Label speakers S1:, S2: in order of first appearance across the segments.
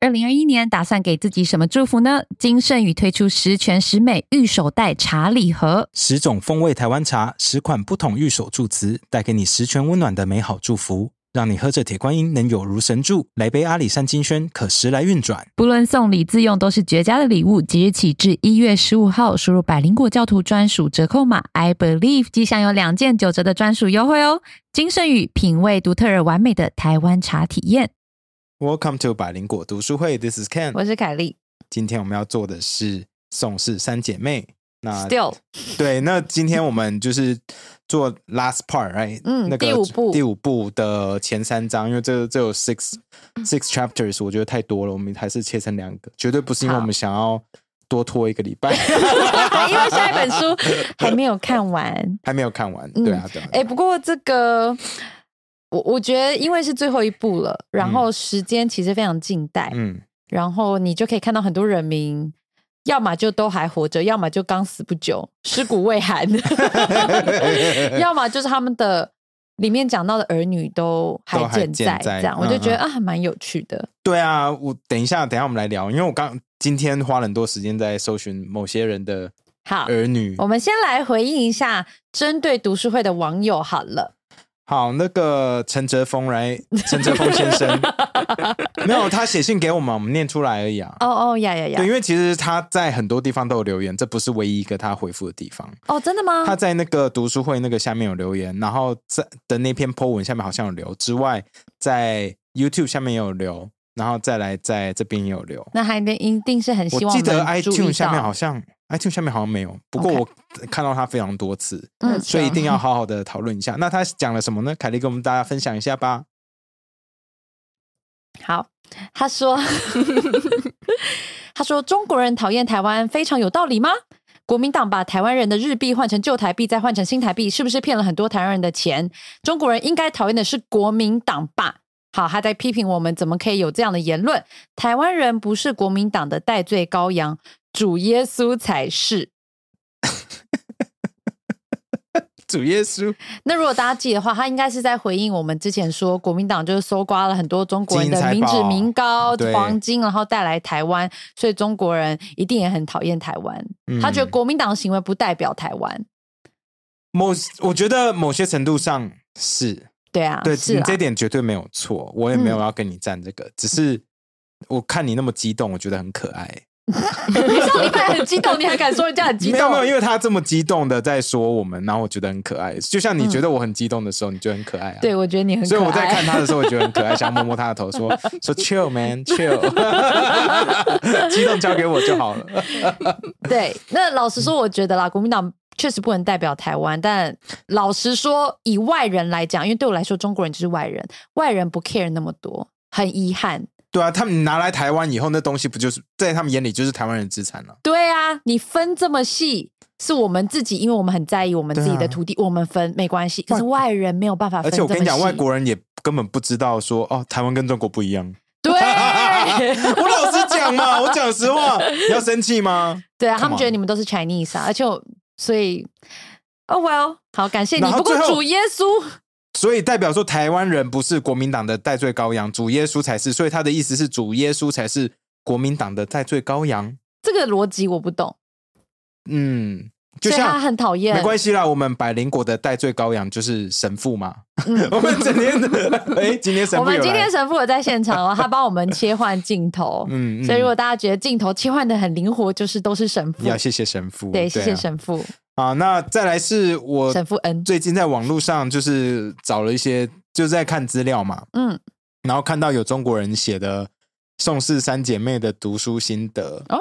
S1: 二零二一年打算给自己什么祝福呢？金盛宇推出十全十美御手袋茶礼盒，
S2: 十种风味台湾茶，十款不同御手祝词，带给你十全温暖的美好祝福，让你喝着铁观音能有如神助。来杯阿里山金萱，可时来运转。
S1: 不论送礼自用都是绝佳的礼物。即日起至一月十五号，输入百灵果教徒专属折扣码 I believe，即享有两件九折的专属优惠哦。金盛宇品味独特而完美的台湾茶体验。
S2: Welcome to 百灵果读书会，This is Ken。
S1: 我是凯莉
S2: 今天我们要做的是宋氏三姐妹。那
S1: ，Still
S2: 对，那今天我们就是做 last part，right？
S1: 嗯
S2: 那个
S1: 第五部
S2: 第五部的前三章，因为这这有 six six chapters，我觉得太多了，我们还是切成两个，绝对不是因为
S1: 好
S2: 我们想要多拖一个礼 拜，
S1: 因为下一本书还没有看完。
S2: 还没有看完。
S1: 嗯
S2: 对啊，对啊。
S3: 哎、不过这个，我我觉得因为是最后一步了，然
S2: 嗯
S3: 后时间其实非常近代，
S2: 嗯，
S3: 然后你就可以看到很多人民，要么就都还活着，要么就刚死不久，尸骨未 寒，要么就是他们的里面讲到的儿女都还
S2: 都还
S3: 健
S2: 健
S3: 在，
S2: 在
S3: 这样我就觉得
S2: 嗯嗯
S3: 啊，还蛮有趣的。
S2: 对啊，我等一下，等一下我们来聊，因为我刚今天花了很多时间在搜寻某些人的
S3: 好，
S2: 儿女。
S3: 我们先来回应一下针对读书会的网友好了，
S2: 好，那个陈哲峰 来，陈哲峰先生，没有他写信给我们，我们念出来而已啊。
S3: 哦哦呀呀
S2: 对，
S3: 呀，
S2: 因为其实他在很多地方都有留言，这不是唯一一个他回复的地方。
S3: 哦，真的吗？
S2: 他在那个读书会那个下面有留言，然后在的那篇 po 文下面好像有留，之外在 YouTube 下面也有留，然后再来在这边也有留。
S3: 那还得一定是很希
S2: 我
S3: 望
S2: 记得
S3: 能注意
S2: iTune 下面
S3: 到
S2: 好像 iTune 下面好像没有，不过
S3: OK
S2: 我看到他非常多次，
S3: 嗯
S2: 所以一定要好好的讨论一下。那他讲了什么呢？凯莉跟我们大家分享一下吧。
S3: 好，他说，他说中国人讨厌台湾非常有道理吗？国民党把台湾人的日币换成旧台币，再换成新台币，是不是骗了很多台湾人的钱？中国人应该讨厌的是国民党吧？好，他在批评我们怎么可以有这样的言论？台湾人不是国民党的戴罪羔羊，主耶稣才是。
S2: 主耶稣
S3: 那如果大家记得话，他应该是在回应我们之前说，国民党就是搜刮了很多中国人的
S2: 金银
S3: 民
S2: 财宝
S3: 脂民膏
S2: 对、
S3: 黄金，然后带来台湾，所以中国人一定也很讨厌台湾。
S2: 嗯
S3: 他觉得国民党的行为不代表台湾，
S2: 某，我觉得某些程度上是
S3: 对啊，
S2: 对
S3: 是
S2: 你
S3: 啊嗯
S2: 这，点绝对没有错，我也没有要跟你站这个，只是我看你那么激动，我觉得很可爱。
S3: 你上礼拜很激动，你还敢说人家很激
S2: 没有
S3: 动
S2: 没？有，因为他这么激动的在说我们，然后我觉得很可爱。就像你
S3: 嗯
S2: 觉得我很激动的时候，你觉得很可爱啊。
S3: 对，我觉得你很可
S2: 所
S3: 爱。
S2: 以我在看他的时候，我觉得很可爱，想摸摸他的头，说说 chill man chill，激动交给我就好了。
S3: 对，那老实说，我觉得啦，国民党确实不能代表台湾，但老实说，以外人来讲，因为对我来说，中国人就是外人，外人不 care 那么多，很遗憾。
S2: 对啊，他们拿来台湾以后，那东西不就是在他们眼里就是台湾人资产了？
S3: 对啊，你分这么细，是我们自己，因为我们很在意我们自己
S2: 对啊
S3: 的土地，我们分没关系。可是外人没有办法
S2: 而
S3: 啊分
S2: 且我跟你讲，
S3: 这么
S2: 外
S3: 细
S2: 国人也根本不知道说哦，台湾跟中国不一样。
S3: 对
S2: 我老实讲嘛，我讲实话，你要生气吗？
S3: 对啊，
S2: Come
S3: 他们觉得
S2: on
S3: 你们都是 Chinese 啊，而且我所以哦 well，好感谢你。
S2: 然后
S3: 不过
S2: 最后
S3: 主耶稣，
S2: 所以代表说台湾人不是国民党的戴罪羔羊，主耶稣才是。所以他的意思是主耶稣才是国民党的戴罪羔羊。
S3: 这个逻辑我不懂，
S2: 嗯，就
S3: 所以他
S2: 像
S3: 很讨厌。
S2: 没关
S3: 系，
S2: 系啦，我们百灵果的戴罪羔羊就是神父嘛。 我们整 天的，哎、今天神
S3: 嗯我
S2: 父有
S3: 们今
S2: 来
S3: 天神父有在现场哦，他帮我们切换镜头。
S2: 嗯，嗯
S3: 所以，如果大家觉得镜头切换的很灵活，就是都是神父，
S2: 要谢谢神父，
S3: 对，谢谢
S2: 啊
S3: 神父，
S2: 啊。那再来是我
S3: 神父恩，
S2: 最近在网络上就是找了一些，就在看资料嘛，
S3: 嗯，
S2: 然后看到有中国人写的宋氏三姐妹的读书心得
S3: 哦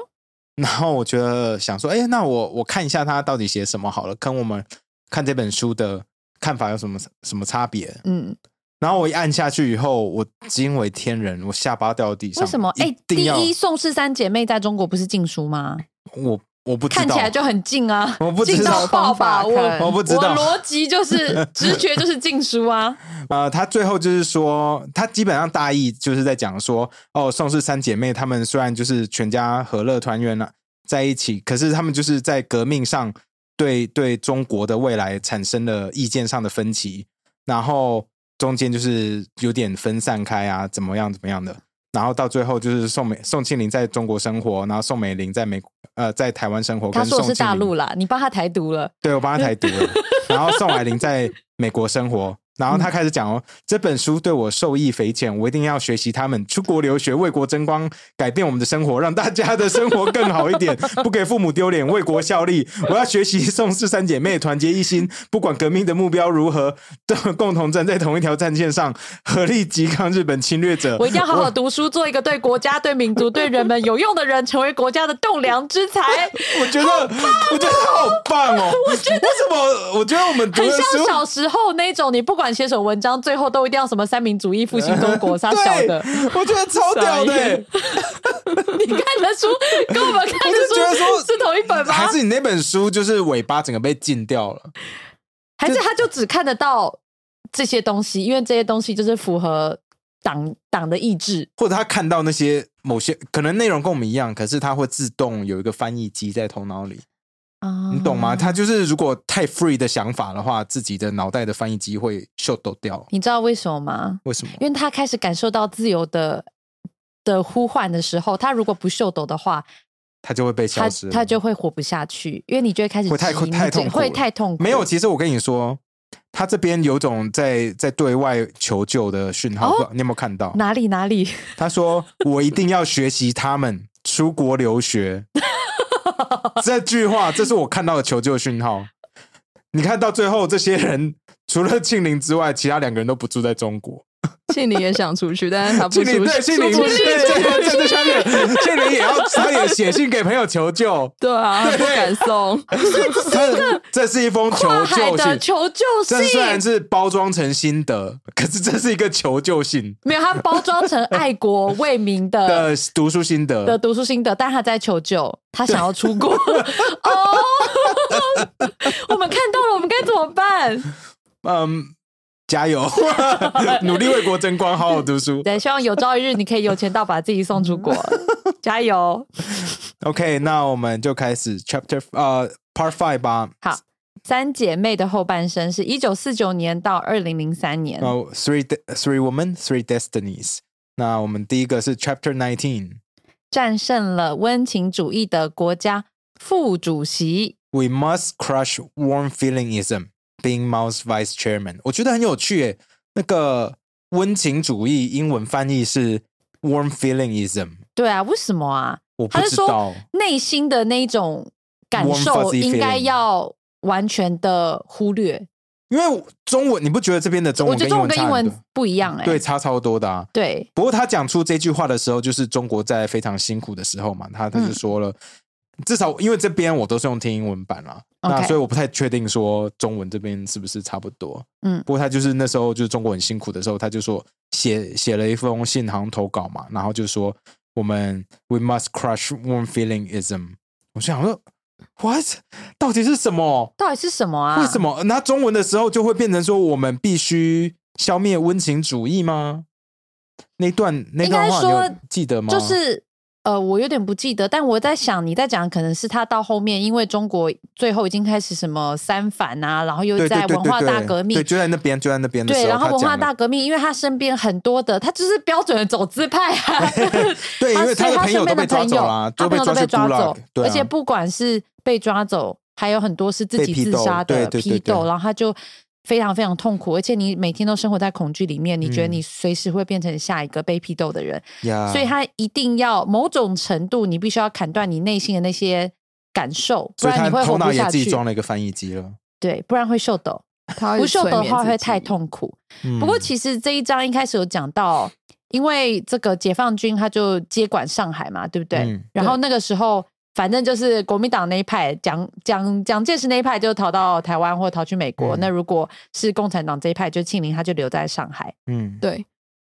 S2: 然后我觉得想说，哎，那我我看一下他到底写什么好了，跟我们看这本书的看法有什么什么差别。
S3: 嗯，
S2: 然后我一按下去以后，我惊为天人，我下巴掉地上。
S3: 为什么？哎、
S2: 一定
S3: 第
S2: 要
S3: 一，宋氏三姐妹在中国不是禁书吗？
S2: 我我不知道，
S3: 看起来就很近啊，
S2: 我不知道
S3: 近到爆吧？
S1: 方法看
S3: 我
S2: 我不知
S3: 我
S2: 道
S3: 逻辑就是 直觉就是禁书啊。
S2: 呃，他最后就是说，他基本上大意就是在讲说，哦，宋氏三姐妹她们虽然就是全家和乐团圆了、在一起，可是她们就是在革命上对对中国的未来产生了意见上的分歧，然后中间就是有点分散开啊，怎么样怎么样的。然后到最后就是宋美宋庆龄在中国生活，然后宋美龄在美呃在台湾生活，
S3: 他
S2: 跟
S3: 说
S2: 宋
S3: 的是
S2: 庆
S3: 大
S2: 龄
S3: 陆啦，你帮他台独了，
S2: 对我帮他台读了，然后宋霭龄在美国生活，然
S3: 嗯
S2: 后他开始讲哦，这本书对我受益匪浅，我一定要学习他们出国留学，为国争光，改变我们的生活，让大家的生活更好一点，不给父母丢脸，为国效力。我要学习宋氏三姐妹团结一心，不管革命的目标如何，都共同站在同一条战线上，合力抵抗日本侵略者。
S3: 我一定要好好读书，做一个对国家、对民族、对人们有用的人，成为国家的栋梁之 才。
S2: 我觉得，我觉得他好棒哦！我觉得为什么？我觉得我们读
S3: 很
S2: 的
S3: 像
S2: 书
S3: 小时候那种，你不管写什么文章，最后都一定要什么三民主义、复兴中国，啥小
S2: 对，
S3: 的。
S2: 我觉得超屌的、欸
S3: 傻眼 你看的书跟我们看的
S2: 我就觉得说
S3: 书是同一本吗
S2: 还？是你那本书就是尾巴整个被禁掉了？
S3: 还是他就只看得到这些东西，因为这些东西就是符合党党的意志。
S2: 或者他看到那些某些可能内容跟我们一样，可是他会自动有一个翻译机在头脑里，
S3: 啊
S2: 你懂吗？他就是如果太 free 的想法的话，自己的脑袋的翻译机会秀抖掉。
S3: 你知道为什么吗？
S2: 为什么？
S3: 因为他开始感受到自由的的呼唤的时候，他如果不秀抖的话，
S2: 他就会被消
S3: 他
S2: 失了
S3: 他就会活不下去，因为你就会开始
S2: 会太
S3: 急
S2: 苦
S3: 你
S2: 太
S3: 就
S2: 痛苦
S3: 会
S2: 了
S3: 太痛苦。
S2: 没有。其实我跟你说，他这边有种在在对外求救的讯号，
S3: 哦
S2: 不知道你有没有看到？
S3: 哪里哪里，
S2: 他说：“我一定要学习他们出国留学。”这句话，这是我看到的求救讯号。你看到最后，这些人除了庆龄之外，其他两个人都不住在中国。
S4: 庆龄也想出去，但是他不
S2: 庆
S4: 出
S2: 龄
S4: 去，
S2: 对庆龄
S4: 出不
S2: 对
S4: 去
S2: 对站在下面，庆龄也要他也写信给朋友求救。
S4: 对啊，不敢送。
S2: 他这是一封求
S3: 跨海
S2: 救
S3: 的
S2: 信，
S3: 求救
S2: 这虽然
S3: 信，
S2: 是包装成心得，可是这是一个求救信
S3: 没有他包装成爱 国为民的。
S2: 的读书心得
S3: 的读书心得，但他在求救，他想要出国。 哦，我们看到了，我们该怎么办？
S2: 嗯，加油，努力为国争光，好好读书。
S3: 对，希望有朝一日你可以有钱到把自己送出 国，加油！
S2: OK，那我们就开始 Chapter 呃 Part Five 吧。
S3: 好，三姐妹的后半生是一九四九年到二零零三年。
S2: 哦、t h r e e de- Three Women Three Destinies。那我们第一个是 Chapter Nineteen。
S3: 战胜了温情主义的国家副主席。
S2: We must crush warm feelingism. Being Mao's vice chairman，我觉得很有趣耶。那个温情主义英文翻译是 warm feelingism，
S3: 对啊，为什么啊？
S2: 我不
S3: 他
S2: 知
S3: 是说
S2: 道。
S3: 内心的那一种感
S2: Warm
S3: 受
S2: fuzzy
S3: 应该
S2: feeling
S3: 要完全的忽略。
S2: 因为中文，你不觉得这边的中
S3: 我
S2: 文
S3: 觉得中文
S2: 跟英文
S3: 跟
S2: 差
S3: 英
S2: 很
S3: 文
S2: 多？
S3: 不一样哎、
S2: 对，差超多的啊。
S3: 对
S2: 不过他讲出这句话的时候，就是中国在非常辛苦的时候嘛，他
S3: 嗯
S2: 他就说了，至少因为这边我都是用听英文版啦
S3: OK
S2: 那所以我不太确定说中文这边是不是差不多。
S3: 嗯
S2: 不过他就是那时候就是中国很辛苦的时候，他就说写写了一封信，好像投稿嘛，然后就说我们 we must crush warm feelingism。我就想说，what 到底是什么？
S3: 到底是什么啊？
S2: 为什
S3: 么？
S2: 么那中文的时候就会变成说我们必须消灭温情主义吗？那段那段话
S3: 应该
S2: 你
S3: 说
S2: 有记得吗？
S3: 就是呃，我有点不记得，但我在想你在讲，可能是他到后面，因为中国最后已经开始什么三反啊，然后又
S2: 对对
S3: 在
S2: 对对
S3: 文化
S2: 对
S3: 大革命
S2: 对，。就在那边，就在那边的时
S3: 对，
S2: 候，
S3: 然后
S2: 他
S3: 文
S2: 讲
S3: 化
S2: 了
S3: 大革命，因为他身边很多的，他就是标准的走资派啊。
S2: 对，因 为
S3: 他
S2: 的朋友
S3: 身
S2: 都
S3: 边
S2: 被
S3: 的
S2: 抓
S3: 朋
S2: 走
S3: 友，
S2: 啦，
S3: 他
S2: 都
S3: 朋友
S2: 抓
S3: 都
S2: 去
S3: 被抓
S2: Gulag，
S3: 走，
S2: 对
S3: 而
S2: 啊
S3: 且不管是被抓走，还有很多是自己
S2: 被批
S3: 自
S2: 斗
S3: 杀的
S2: 对对对对
S3: 斗，然后他就非常非常痛苦，而且你每天都生活在恐惧里面，你觉得
S2: 嗯
S3: 你随时会变成下一个被批斗的人，
S2: 呀
S3: 所以他一定要某种程度，你必须要砍断你内心的那些感受，不
S2: 所以
S3: 然
S2: 他
S3: 你会
S2: 头
S3: 活
S2: 脑
S3: 不
S2: 也
S3: 下
S2: 自己
S3: 去。
S2: 装了一个翻译机了。
S3: 对，不然会秀抖，
S4: 他
S3: 不秀抖的
S4: 的
S3: 话会太。痛苦。
S2: 嗯
S3: 不过其实这一章一开始有讲到，因为这个解放军他就接管上海嘛，对不对？
S2: 嗯
S3: 然后那个时候，反正就是国民党那一派，蒋蒋蒋介石那一派就逃到台湾或逃去美国。
S2: 嗯
S3: 那如果是共产党这一派，就庆龄他就留在上海。
S2: 嗯，
S4: 对，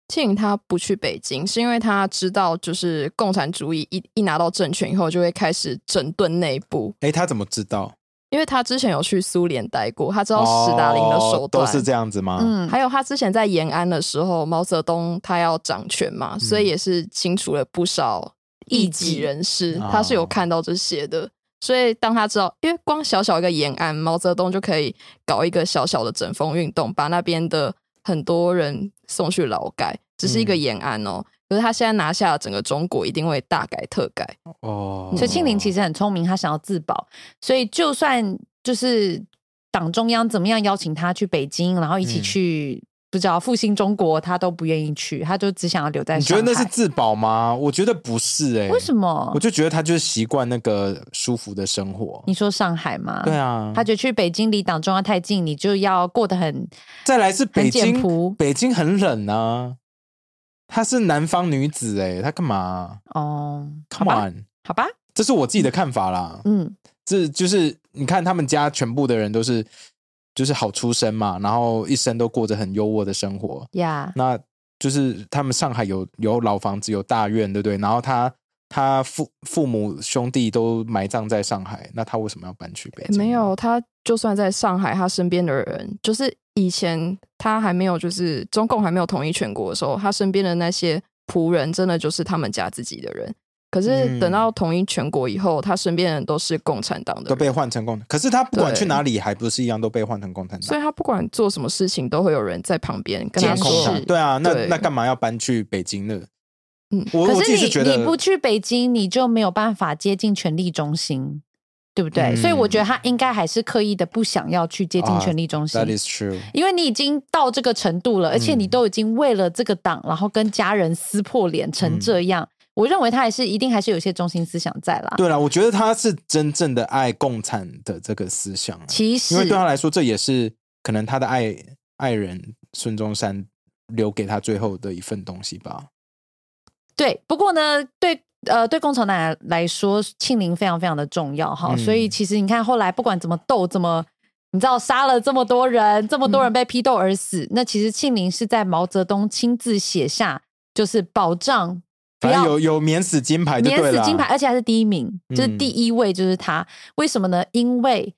S4: 庆他不去北京，是因为他知道，就是共产主义一一拿到政权以后，就会开始整顿内部。
S2: 哎，他怎么知道？
S4: 因为他之前有去苏联待过，他知道史达林的手
S2: 哦
S4: 段。
S2: 都是这样子吗？
S3: 嗯，
S4: 还有他之前在延安的时候，毛泽东他要掌权嘛，所以也是清除了不少异己人士，
S2: 哦
S4: 他是有看到这些的。所以当他知道，因为光小小一个延安，毛泽东就可以搞一个小小的整风运动，把那边的很多人送去劳改，只是一个延安哦。可是他现在拿下了整个中国，一定会大改特改。
S2: 哦
S3: 所以庆龄其
S2: 实
S3: 实很聪明，他想要自保，所以就算就是党中央怎么样邀请他去北京，然后一起
S2: 嗯
S3: 去、不知道复兴中国，他都不愿意去，他就只想要留在
S2: 你
S3: 上
S2: 觉
S3: 海。
S2: 得那是自保吗？我觉得不是哎、
S3: 为什
S2: 么？
S3: 么
S2: 我？就觉得他就是习惯那个舒服的生活
S3: 你。说上海吗？
S2: 对。啊，
S3: 嗯他觉得去北京离党中央太近，你就要过得很
S2: 再来是北
S3: 很简
S2: 京
S3: 朴，
S2: 北京很冷啊。她是南方女子哎、她干嘛、
S3: 哦，好
S2: c o
S3: 吧，
S2: m e on，
S3: 好吧，
S2: 这是我自己的看法啦。
S3: 嗯，
S2: 这就是你看他们家全部的人都是就是好出身嘛，然后一生都过着很优渥的生活。
S3: 呀、
S2: 那就是他们上海有有老房子，有大院，对不对？然后他他父父母兄弟都埋葬在上海，那他为什么要搬去北京？
S4: 没有，他就算在上海，他身边的人，就是以前他还没有，就是中共还没有统一全国的时候，他身边的那些仆人，真的就是他们家自己的人。可是
S2: 嗯
S4: 等到统一全国以后，他身边的人都是共产党的
S2: 都
S4: 人，
S2: 被换成共产，可是他不管
S4: 对
S2: 去哪里，还不是一样都被换成共产
S4: 所
S2: 党？
S4: 以他不管做什么事情，都会有人在旁边跟他
S3: 监
S2: 监
S3: 视
S2: 控他，
S4: 说。
S2: 对啊，那
S4: 对
S2: 那干嘛要搬去北京呢？
S4: 嗯
S2: 我我
S3: 可
S2: 自己
S3: 是
S2: 是
S3: 你
S2: 觉得
S3: 你不去北京，你就没有办法接近权力中心，对不对？
S2: 嗯
S3: 所以我觉得他应该还是刻意的不想要去接近
S2: 啊
S3: 权力中心。
S2: ，That is true。
S3: 因为你已经到这个程度了，而且你
S2: 嗯
S3: 都已经为了这个党，然后跟家人撕破脸成这样，我认为他还是一定还是有一些中心思想在啦。
S2: 对了，我觉得他是真正的爱共产的这个思想啊，
S3: 其
S2: 因为
S3: 实
S2: 对他来说，这也是可能他的爱爱人孙中山留给他最后的一份东西吧。
S3: 对，不过呢，对呃，对共产党来来说，庆龄非常非常的重要哈。
S2: 嗯
S3: 所以其实你看，后来不管怎么斗，怎么你知道杀了这么多人，这么多人
S2: 嗯
S3: 被批斗而死，那其实庆龄是在毛泽东亲自写下，就是保障不
S2: 反
S3: 要
S2: 正有有免死金哎牌就
S3: 免
S2: 对
S3: 死
S2: 了，
S3: 金牌，而且还是第一名，
S2: 嗯
S3: 就是第一位就是他。为什么呢？因为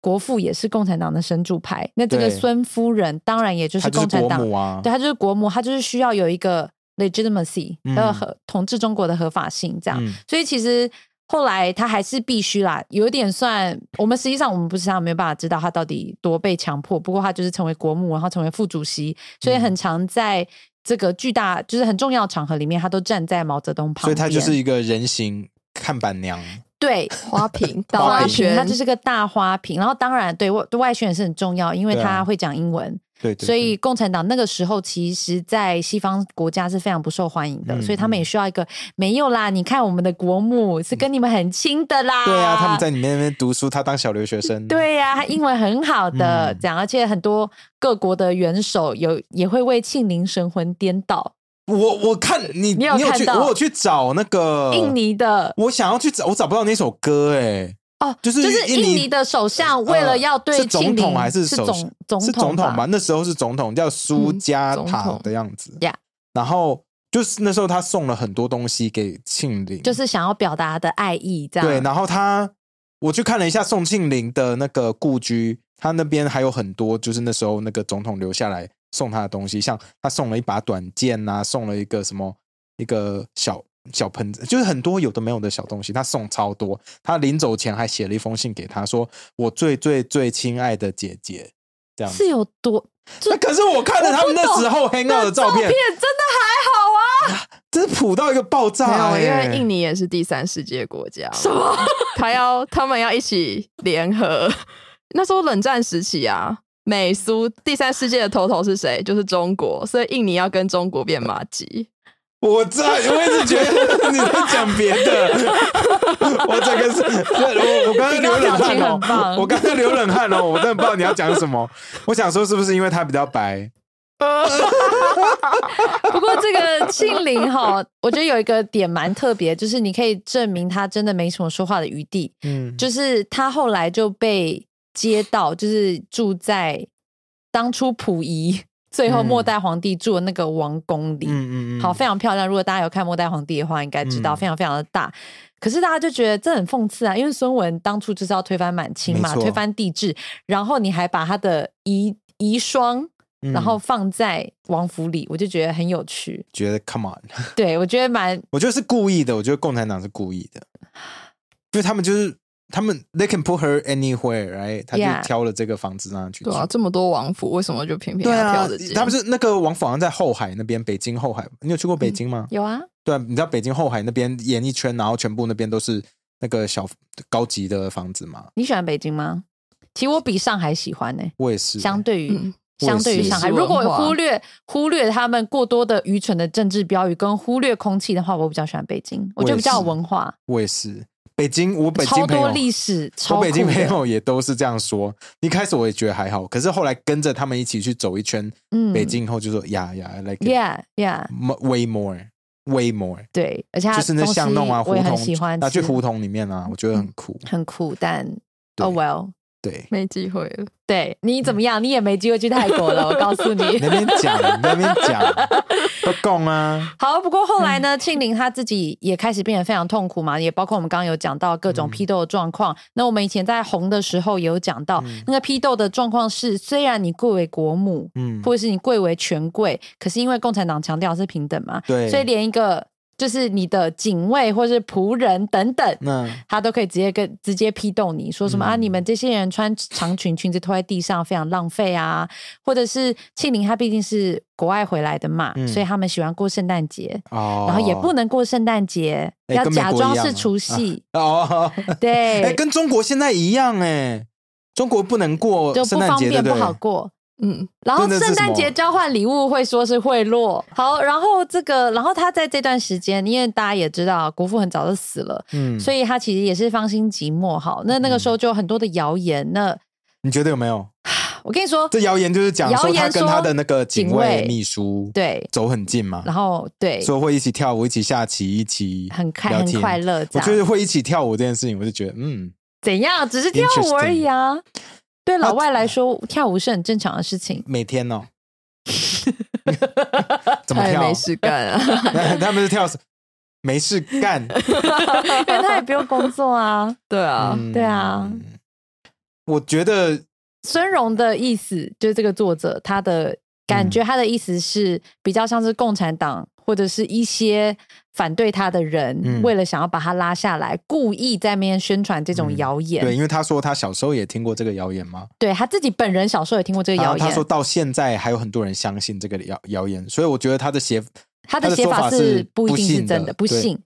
S3: 国父也是共产党的神主牌，那这个
S2: 对
S3: 孙夫人当然也就是
S2: 他就
S3: 共
S2: 是
S3: 产
S2: 国
S3: 党，
S2: 母啊，
S3: 对，他就是国母，他就是需要有一个 legitimacy，
S2: 嗯
S3: 呃、合统治中国的合法性这样。
S2: 嗯
S3: 所以其实后来他还是必须啦，有点算我们实际上我们不知道，没有办法知道他到底多被强迫。不过他就是成为国母，然后成为副主席，所以
S2: 嗯
S3: 很常在这个巨大就是很重要的场合里面，他都站在毛泽东旁边。
S2: 所以他就是一个人形看板娘。
S3: 对。
S4: 花瓶、导
S3: 花
S4: 览
S3: 瓶，
S4: 圈，
S3: 他就是个大花瓶。然后当然对外对外宣也是很重要，因为
S2: 对啊
S3: 他会讲英文，
S2: 对对对，
S3: 所以共产党那个时候，其实，在西方国家是非常不受欢迎的，
S2: 嗯
S3: 所以他们也需要一个没有啦。你看我们的国母是跟你们很亲的啦，
S2: 对啊，他们在里面那边读书，他当小留学生，，
S3: 对呀、他英文很好的，
S2: 嗯
S3: 这样，而且很多各国的元首有也会为庆龄神魂颠倒，
S2: 我我看
S3: 你
S2: 你，你
S3: 有看
S2: 去，
S3: 到
S2: 我有去找那个
S3: 印尼的。
S2: 我想要去找，我找不到那首歌哎、
S3: 哦，
S2: 就是
S3: 印
S2: 印尼呃
S3: 尼的首相为了要对
S2: 是
S3: 庆
S2: 总
S3: 龄
S2: 统还是
S3: 是
S2: 首
S3: 总总
S2: 是
S3: 统
S2: 总统
S3: 吧
S2: 吧？？那时候是总统，叫苏加
S4: 嗯总
S2: 塔
S4: 统
S2: 的样子。
S3: Yeah
S2: 然后就是那时候他送了很多东西给庆龄，
S3: 就是想要表达的爱意，这样
S2: 对。然后他我去看了一下宋庆龄的那个故居，他那边还有很多就是那时候那个总统留下来送他的东西，像他送了一把短剑呐、送了一个什么一个小。小盆子就是很多有的没有的小东西，他送超多。他临走前还写了一封信给他，说：“我最最最亲爱的姐姐。”这样子
S3: 是有多
S2: 那可是我看了他们那时候 hang out 的照片，
S3: 真的还好啊。
S2: 真是普到一个爆炸、
S4: 没有，因
S2: 欸！
S4: 为印尼也是第三世界国家。什么？ 他要他们要一起联合。 那时候冷战时期啊，美苏第三世界的头头是谁？就是中国，所以印尼要跟中国变马吉。
S2: 我在，我一直觉得你在讲别 的，我整个是，我我刚刚
S3: 你刚
S2: 流
S3: 刚
S2: 冷
S3: 表
S2: 汗
S3: 情
S2: 哦
S3: 很、棒
S2: 我刚刚流冷汗哦、我真的不知道你要讲什么。我想说是不是因为他比较白？
S3: 不过这个庆龄哈，我觉得有一个点蛮特别，就是你可以证明他真的没什么说话的余地。
S2: 嗯，
S3: 就是他后来就被接到，就是住在当初溥仪最
S2: 嗯
S3: 后末代皇帝住的那个王宫里。
S2: 嗯嗯嗯，
S3: 好，非常漂亮。如果大家有看《末代皇帝》的话，应该知道
S2: 嗯
S3: 非常非常的大。可是大家就觉得这很讽刺啊，因为孙文当初就是要推翻满清嘛，
S2: 没错
S3: 推翻帝制，然后你还把他的遗遗孀，
S2: 嗯
S3: 然后放在王府里，我就觉得很有趣。
S2: 觉得 come on，
S3: 对我觉得蛮
S2: 我觉得是故意的，我觉得共产党是故意的，因为他们就是他们 they can put her anywhere right，他
S3: Yeah
S2: 就挑了这个房子让她去住。
S4: 对啊，这么多王府，为什么就偏偏
S2: 对
S4: 要挑
S2: 啊
S4: 这间？
S2: 他不是那个王府好像在后海那边，北京后海，你有去过北京吗？
S3: 有啊，
S2: 对啊，你知道北京后海那边演艺圈，然后全部那边都是那个小高级的房子吗？
S3: 你喜欢北京吗？其实我比上海喜欢呢、
S2: 我也是，
S3: 相对于、
S4: 嗯
S2: 我也
S3: 相对于
S2: 是
S3: 上海，
S4: 是
S3: 如果
S4: 文化，
S3: 忽略忽略他们过多的愚蠢的政治标语跟忽略空气的话，我比较喜欢北京，我觉得比较有文化，
S2: 我也是。北京，我北
S3: 超
S2: 京朋
S3: 多
S2: 友，
S3: 历史，超
S2: 我北京
S3: 酷的
S2: 朋友也都是这样说。一开始我也觉得还好，可是后来跟着他们一起去走一圈，
S3: 嗯
S2: 北京以后就说呀呀，like it
S3: ，Yeah Yeah，
S2: mo- way more way more，
S3: 对，而且它
S2: 就是那
S3: 东西
S2: 巷弄啊，
S3: 我
S2: 胡
S3: 也很
S2: 同
S3: 喜欢吃，嗯
S2: 那去胡同里面啊，我觉得很酷。
S3: 很酷，但
S2: 对嗯
S3: Oh well，
S2: 对
S4: 没机会了。
S3: 对你怎么样，你也没机会去泰国了，我告诉你
S2: 你。那边讲，你那边 讲，都供啊，
S3: 好，不过后来呢，庆龄她自己也开始变得非常痛苦嘛，也包括我们刚刚有讲到各
S2: 嗯
S3: 种批斗的状况。那我们以前在红的时候也有讲到，
S2: 嗯
S3: 那个批斗的状况是，虽然你贵为国母，
S2: 嗯，
S3: 或者是你贵为权贵，可是因为共产党强调是平等嘛，
S2: 对，
S3: 所以连一个就是你的警卫或是仆人等等。
S2: 那
S3: 他都可以直接跟直接批斗你说什么、
S2: 嗯
S3: 啊？你们这些人穿长裙裙子拖在地上非常浪费啊，或者是庆龄她毕竟是国外回来的嘛，
S2: 嗯
S3: 所以他们喜欢过圣诞节，
S2: 哦，
S3: 然后也不能过圣诞节，
S2: 哎
S3: 要
S2: 跟美
S3: 假
S2: 国
S3: 装
S2: 一样
S3: 是
S2: 啊
S3: 除夕，
S2: 哦，
S3: 对，
S2: 哎，跟中国现在一样哎，中国不能过
S3: 就不
S2: 圣诞
S3: 方
S2: 节，对
S3: 便
S2: 对
S3: 不？好过。
S4: 嗯，
S3: 然后
S2: 真的是
S3: 圣诞
S2: 什
S3: 节
S2: 么
S3: 交换礼物会说是贿赂，好，然后这个，然后他在这段时间，因为大家也知道国父很早就死了，
S2: 嗯，
S3: 所
S2: 以
S3: 以他其实也是芳心寂寞。好，那那个时候就有很多的谣言。那
S2: 你觉得有没有？
S3: 我跟你说，
S2: 这谣言就是讲
S3: 谣
S2: 说
S3: 言
S2: 他跟他的那个警
S3: 警卫
S2: 卫秘书
S3: 对，
S2: 走很近嘛，
S3: 然后对，
S2: 说会一起跳舞，一起下棋，一起
S3: 很开
S2: 聊
S3: 很
S2: 天
S3: 快乐，这
S2: 我
S3: 样
S2: 觉得会一起跳舞这件事情，我就觉得嗯，
S3: 怎样？只是跳舞而已啊。对老外来说，跳舞是很正常的事 情。
S2: 每 天哦，怎么
S4: 他也
S3: 哎
S2: 跳
S4: 没？事干啊。
S2: 他们是跳什没事 干，
S3: 因为他也不用工作啊。
S4: 对啊，
S2: 嗯
S3: 对啊。
S2: 我觉得
S3: 孙荣的意思就是这个作者他的感
S2: 嗯
S3: 觉，他的意思是比较像是共产党或者是一些反对他的人，
S2: 嗯
S3: 为了想要把他拉下来，故意在那边宣传这种
S2: 嗯
S3: 谣言。
S2: 对，因为他说他小时候也听过这个谣言嘛，
S3: 对他自己本人小时候也听过这个
S2: 然
S3: 谣
S2: 后
S3: 言，
S2: 啊他说到现在还有很多人相信这个谣谣言，所以我觉得他的写
S3: 他
S2: 他
S3: 的
S2: 的
S3: 写
S2: 说
S3: 法
S2: 法
S3: 是
S2: 是
S3: 不一
S2: 不
S3: 定是
S2: 信
S3: 真
S2: 的
S3: 的，不
S2: 对嗯
S3: 信。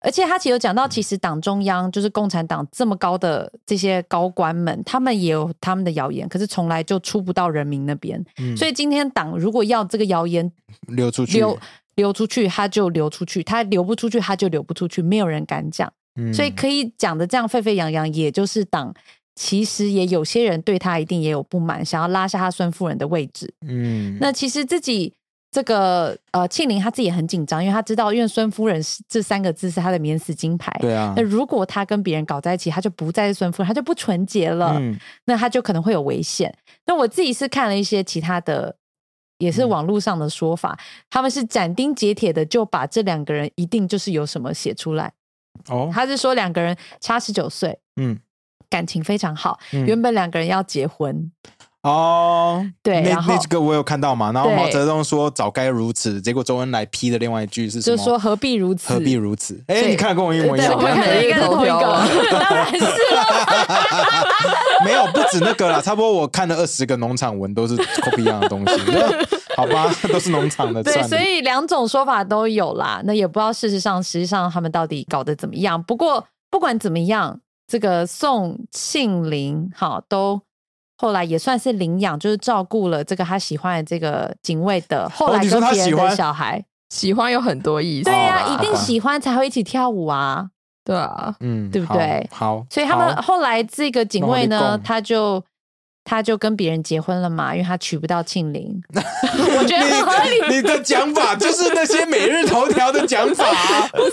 S3: 而且他其实有讲到，其实党中央就是共产党这么高的这些高官们，他们也有他们的谣言，可是从来就出不到人民那边。
S2: 嗯
S3: 所以今天党如果要这个谣言
S2: 流出去，
S3: 流流出去，他就流出去；他流不出去，他就流不出去，没有人敢讲。
S2: 嗯
S3: 所以可以讲的这样沸沸扬扬，也就是党其实也有些人对他一定也有不满，想要拉下他孙夫人的位置。
S2: 嗯，
S3: 那其实自己这个呃，庆龄她自己也很紧张，因为她知道，因为孙夫人是这三个字是她的免死金牌。
S2: 对啊
S3: 那，如果她跟别人搞在一起，她就不再是孙夫人，她就不纯洁了，
S2: 嗯
S3: 那她就可能会有危险。那我自己是看了一些其他的，也
S2: 嗯
S3: 是网络上的说法，他们是斩钉截铁的就把这两个人一定就是有什么写出来。
S2: 哦，
S3: 他是说两个人差十九岁，
S2: 嗯
S3: 感情非常好，
S2: 嗯
S3: 原本两个人要结婚，
S2: 哦，
S3: 对
S2: 那
S3: 然后
S2: 那几个我有看到嘛，然后
S3: 对
S2: 毛泽东说早该如此，结果周恩来批的另外一句是什
S3: 就
S2: 么？
S3: 是说何必如此，
S2: 何必如此？哎、
S3: 对
S2: 你看的跟我一模一
S3: 对，
S2: 样
S3: 我们
S4: 跟
S3: 看的
S4: 每
S3: 应
S4: 日
S3: 该是
S4: 头
S3: 同一个，
S4: 条啊
S3: 当然是哦 了。
S2: 没有，不止那个啦，差不多我看了二十个农场文都是 copy 一样的东西，好吧，都是农场的，
S3: 对，
S2: 算了
S3: 所以两种说法都有啦。那也不知道事实上，实际上他们到底搞得怎么样。不过不管怎么样，这个宋庆龄好都后来也算是领养，就是照顾了这个他喜欢的这个警卫的，后来
S2: 哦你说
S3: 跟
S2: 他
S3: 别人的
S2: 喜欢
S3: 小孩。
S4: 喜欢有很多意思。
S3: 对呀、
S2: 哦
S3: 一定
S2: 好吧
S3: 喜欢才会一起跳舞啊。
S4: 对啊，
S2: 嗯，
S3: 对不对
S2: 好，好
S3: 所以他们
S2: 好
S3: 后来这个警卫
S2: 那
S3: 呢
S2: 我得，供
S3: 他就他就跟别人结婚了嘛，因为他娶不到庆 龄。我觉得很合理，
S2: 你你的讲法就是那些每日头条的讲法、啊，
S3: 不是很合理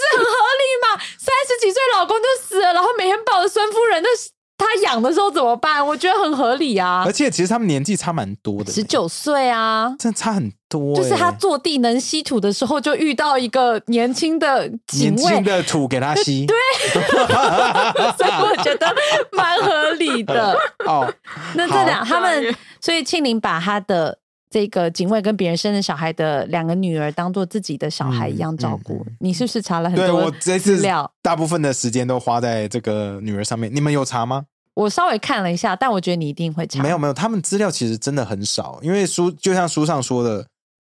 S3: 嘛？三十几岁老公就死了，然后每天抱着孙夫人，那是他养的时候怎么办？我觉得很合理啊
S2: 而，且其实他们年纪差蛮多的，
S3: 十，九岁啊。
S2: 真的差很多、
S3: 就是他
S2: 哎
S3: 坐地能吸土的时候，就遇到一个年轻的警
S2: 年轻
S3: 卫，
S2: 的土给他吸，对
S3: 所以我觉得蛮合理的。
S2: 哦，
S3: 那这两他
S4: 好下一
S3: 们
S2: 啊
S4: 页，
S3: 所以庆龄把他的这个警卫跟别人生的小孩的两个女儿当做自己的小孩一样
S2: 嗯
S3: 照顾。
S2: 嗯
S3: 你是不是查了很
S2: 对
S3: 多
S2: 我这
S3: 资
S2: 次
S3: 料？
S2: 大部分的时间都花在这个女儿上面，你们有查吗？
S3: 我稍微看了一下，但我觉得你一定会查。
S2: 没有没有，他们资料其实真的很少，因为书就像书上说的，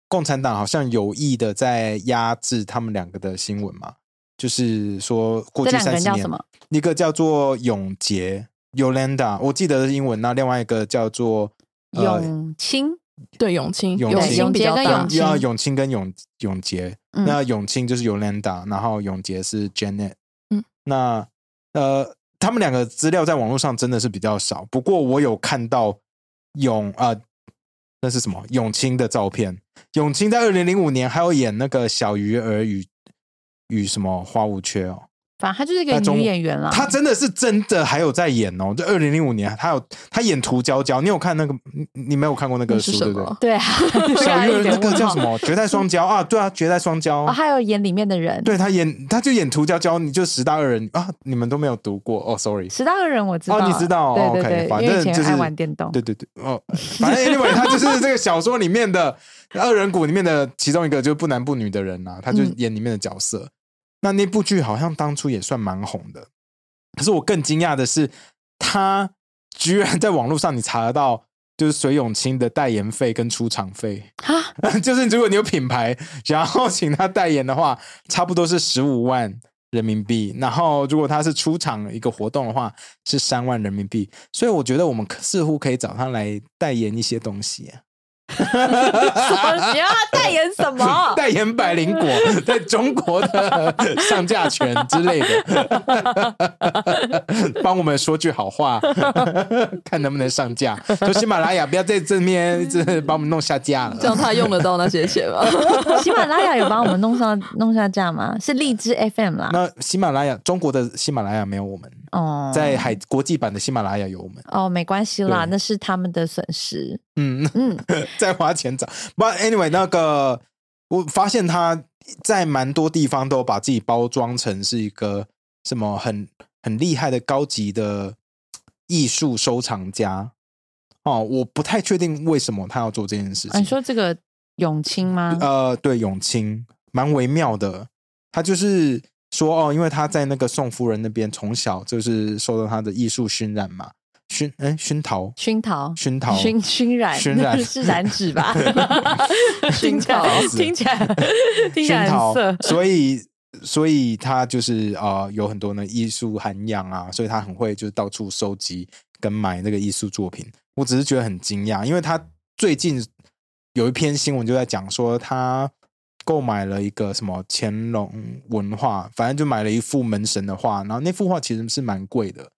S2: 共产党好像有意的在压制他们两个的新闻嘛，就是说过
S3: 这
S2: 去
S3: 两个
S2: 三
S3: 人
S2: 十
S3: 叫
S2: 年
S3: 什，么？
S2: 一个叫做永杰 Yolanda，我记得是英文，那另外一个叫做呃
S3: 永清，
S4: 对，永清，
S2: 永
S3: 清
S4: 清比较
S3: 永杰跟
S4: 大
S3: 永，清
S2: 啊要永清跟永永杰，
S3: 嗯
S2: 那永清就是 Yolanda，然后永杰是 Janet。
S4: 嗯，
S2: 那呃，他们两个资料在网络上真的是比较少，不过我有看到永啊、那是什么永清的照片。永清在二零零五年还有演那个《小鱼儿与与什么花无缺》哦，
S3: 反正她就是一个
S2: 那中
S3: 女演员啦。
S4: 嗯
S2: 她真的是真的还有在演哦。这二零零五年她有她演涂娇娇，你有看那个你你没有看过那个
S4: 那是
S2: 书
S4: 什
S2: 对不对？
S4: 么？
S3: 对 啊，
S2: 小鱼儿那个叫什
S3: 么？
S2: 么？绝代双骄啊，对啊，绝代双骄。
S3: 哦，还有演里面的人，
S2: 对他演，他就演涂娇娇，你就十大恶人啊，你们都没有读过哦，sorry。
S3: 十大恶人我知道啊，
S2: 哦你知道哦
S3: 对
S2: OK，
S3: 对对，
S2: 反
S3: 因为以
S2: 正
S3: 前
S2: 就是
S3: 爱玩电动，
S2: 对对对，哦，反正 anyway，他 就是这个小说里面的恶人谷里面的其中一个，就是不男不女的人啊，他就
S4: 嗯
S2: 演里面的角色。那那部剧好像当初也算蛮红的，可是我更惊讶的是，他居然在网络上你查得到，就是水永清的代言费跟出场费。
S3: 啊，
S2: 就是如果你有品牌，然后 请他代言的话，差不多是十五万人民币。然后如果他是出场一个活动的话，是三万人民币。所以我觉得我们可似乎可以找他来代言一些东西、啊。？
S3: 你要他啊代言什么
S2: 代言百灵果在中国的上架权之类的， 帮我们说句好话，看能不能上架。说喜马拉雅不要在这面这把我们弄下架了，
S4: 这样他用得到那些钱吗？
S3: 喜马拉雅有帮我们弄上弄下架吗？是荔 枝 FM 啦，
S2: 那喜马拉雅，中国的喜马拉雅没有我们，
S3: 哦，
S2: 在海国际版的喜马拉雅有我们。
S3: 哦，没关系啦，
S2: 对
S3: 那是他们的损失。
S2: 嗯，
S3: 嗯，
S2: 在花钱找。But anyway，那个我发现他在蛮多地方都把自己包装成是一个什么很很厉害的高级的艺术收藏家。哦，我不太确定为什么他要做这件事
S3: 啊
S2: 情。
S3: 你说这个永清吗？
S2: 呃，对，永清蛮微妙的。他就是说哦，因为他在那个宋夫人那边从小就是受到他的艺术熏染嘛，熏嗯熏陶
S3: 熏陶，
S2: 熏陶
S3: 熏熏染，
S2: 熏 染
S3: 是染指 吧？
S4: 熏
S3: 起来
S4: 陶
S3: 听起来听
S2: 熏
S3: 起来很
S2: 陶
S3: 色，。
S2: 所以所以他就是呃有很多呢艺术涵养啊，所以他很会就是到处收集跟买那个艺术作品。我只是觉得很惊讶，因为他最近有一篇新闻就在讲说他。购买了一个什么乾隆文化，反正就买了一幅门神的画，然后那幅画其实是蛮贵的。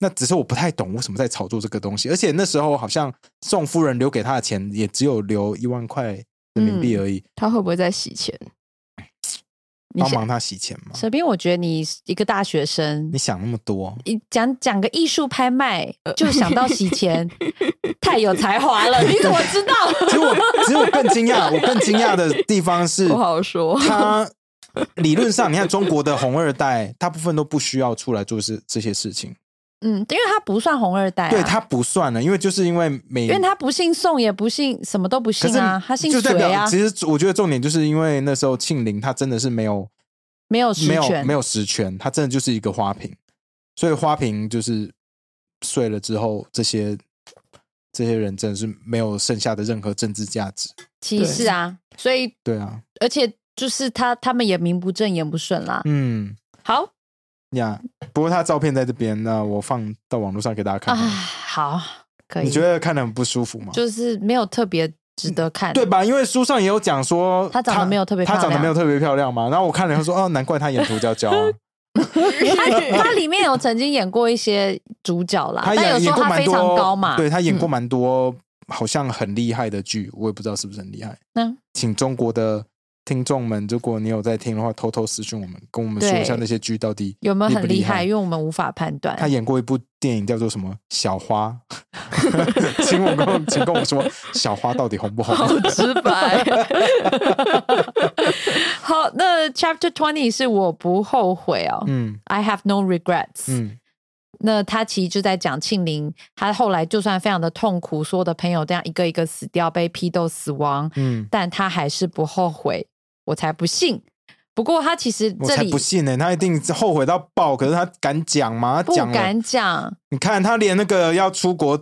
S2: 那只是我不太懂为什么在炒作这个东西，而且那时候好像宋夫人留给他的钱也只有留一万块人民币
S3: 嗯
S2: 而已，
S4: 他会不会在洗钱？
S3: 你
S2: 帮
S3: 想，
S2: 忙他洗钱吗？
S3: 随便，我觉得你一个大学生
S2: 你，呃想那么多，
S3: 你讲讲个艺术拍卖就想到洗 钱，太有才华了！你怎么知道？
S2: 其实我 其实我更惊讶，我更惊讶的地方是，
S4: 不好说。
S2: 他理论上，你看中国的红二代，大部分都不需要出来做这这些事情，
S3: 嗯，因为他不算红二代、啊，
S2: 对他，不算了，因为就是因为每，
S3: 因为他不姓宋，也不姓什么都不
S2: 可
S3: 姓
S2: 是
S3: 啊，他姓
S2: 就代
S3: 隋啊
S2: 表，其实我觉得重点就是因为那时候庆龄她真的是没有
S3: 没有哦实
S2: 没有
S3: 权，
S2: 没有实权，她真的就是一个花瓶，所以花瓶就是碎了之后，这些这些人真的是没有剩下的任何政治价值，
S3: 歧视啊，所以
S2: 对啊，
S3: 而且就是他他们也名不正言不顺啦。
S2: 嗯。
S3: 好
S2: 呀不过他照片在这边，那我放到网络上给大家
S3: 啊，
S2: 看看。
S3: 好，可以，
S2: 嗯你觉得看得很不舒服吗？
S3: 就是没有特别值得看，
S2: 对？吧？因为书上也有讲说
S3: 她长得没有特别
S2: 她
S3: 漂亮
S2: 长得没有特别漂亮嘛。然后我看了以 后说，哦，难怪她演涂娇娇啊，
S3: 他里面有曾经演过一些主角 啦，
S2: 她
S3: 但有
S2: 演
S3: 时
S2: 演
S3: 候
S2: 过
S3: 他
S2: 蛮
S3: 非常
S2: 多
S3: 高嘛，嗯
S2: 对她演过蛮多好像很厉害的剧，我也不知道是不是很厉害。
S3: 嗯
S2: 请中国的听众们，如果你有在听的话，偷偷私讯我们，跟我们说一下
S3: 对
S2: 那些剧到底
S3: 有没有
S2: 厉
S3: 很
S2: 不
S3: 厉
S2: 厉
S3: 害？因为我们无法判断。
S2: 他演过一部电影叫做什么《小花》， 请我跟我请跟我说《小花》到底红不红？
S4: 好直 白，
S3: 好，那 Chapter Twenty 是我不后悔哦、
S2: 嗯
S3: i have no regrets、
S2: 嗯
S3: 那他其实就在讲庆龄，他后来就算非常的痛苦，所有的朋友这样一个一个死掉，被批斗死亡，
S2: 嗯，
S3: 但他还是不后悔，我才不信。不过他其实
S2: 我
S3: 这
S2: 才
S3: 里
S2: 不信呢、他一定后悔到爆。可是他敢讲吗？他
S3: 不
S2: 讲了
S3: 敢讲，
S2: 你看他连那个要出国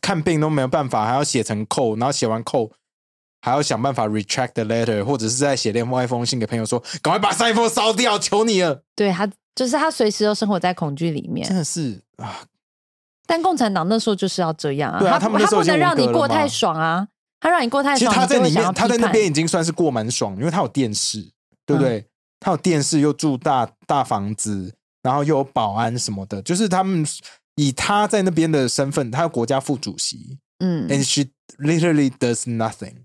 S2: 看病都没有办法，还要写成扣，然后写完扣还要想办法 retract the letter，或者是在写另外一封信给朋友说，赶快把上一封烧掉，求你了。
S3: 对他就是他随时都生活在恐惧里面
S2: 真。的是啊，
S3: 但共产党那时候就是要这样啊，
S2: 对啊他
S3: 他不
S2: 们那时候
S3: 不
S2: 已经
S3: 能让
S2: 文革
S3: 你
S2: 了
S3: 过
S2: 嘛
S3: 太爽啊，他让你过太
S2: 其实
S3: 爽，
S2: 他
S3: 你就
S2: 在
S3: 会
S2: 里
S3: 想要
S2: 面，他在
S3: 批
S2: 那
S3: 判嗯
S2: 边已经算是过蛮爽，因为他有电视，对不对？他有电视，又住大大房子，然后又有保安什么的，就是他们以他在那边的身份，他是国家副主席，
S3: 嗯，
S2: And she literally does nothing。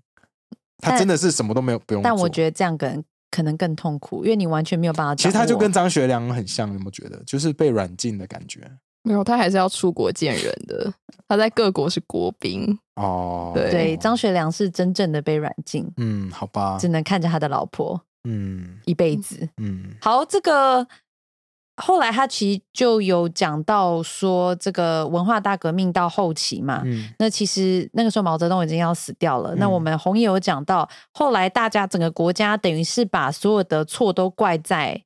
S2: 她
S3: 但
S2: 真的是什么都没有不用做。
S3: 但我觉得这样可能可能更痛苦，因为你完全没有办法。
S2: 其实她就跟张学良很像，你有没有觉得？就是被软禁的感觉。
S4: 没有，他还是要出国见人的。 他在各国是国宾，
S2: 哦，
S4: 对
S3: 对张学良是真正的被软禁，
S2: 嗯，好吧
S3: 只，能看着他的老婆
S2: 嗯
S3: 一辈子。
S2: 嗯
S3: 好，这个后来他其实就有讲到说，这个文化大革命到后期嘛，
S2: 嗯
S3: 那其实那个时候毛泽东已经要死掉了。那
S2: 嗯
S3: 我们红叶有讲到，后来大家整个国家等于是把所有的错都怪在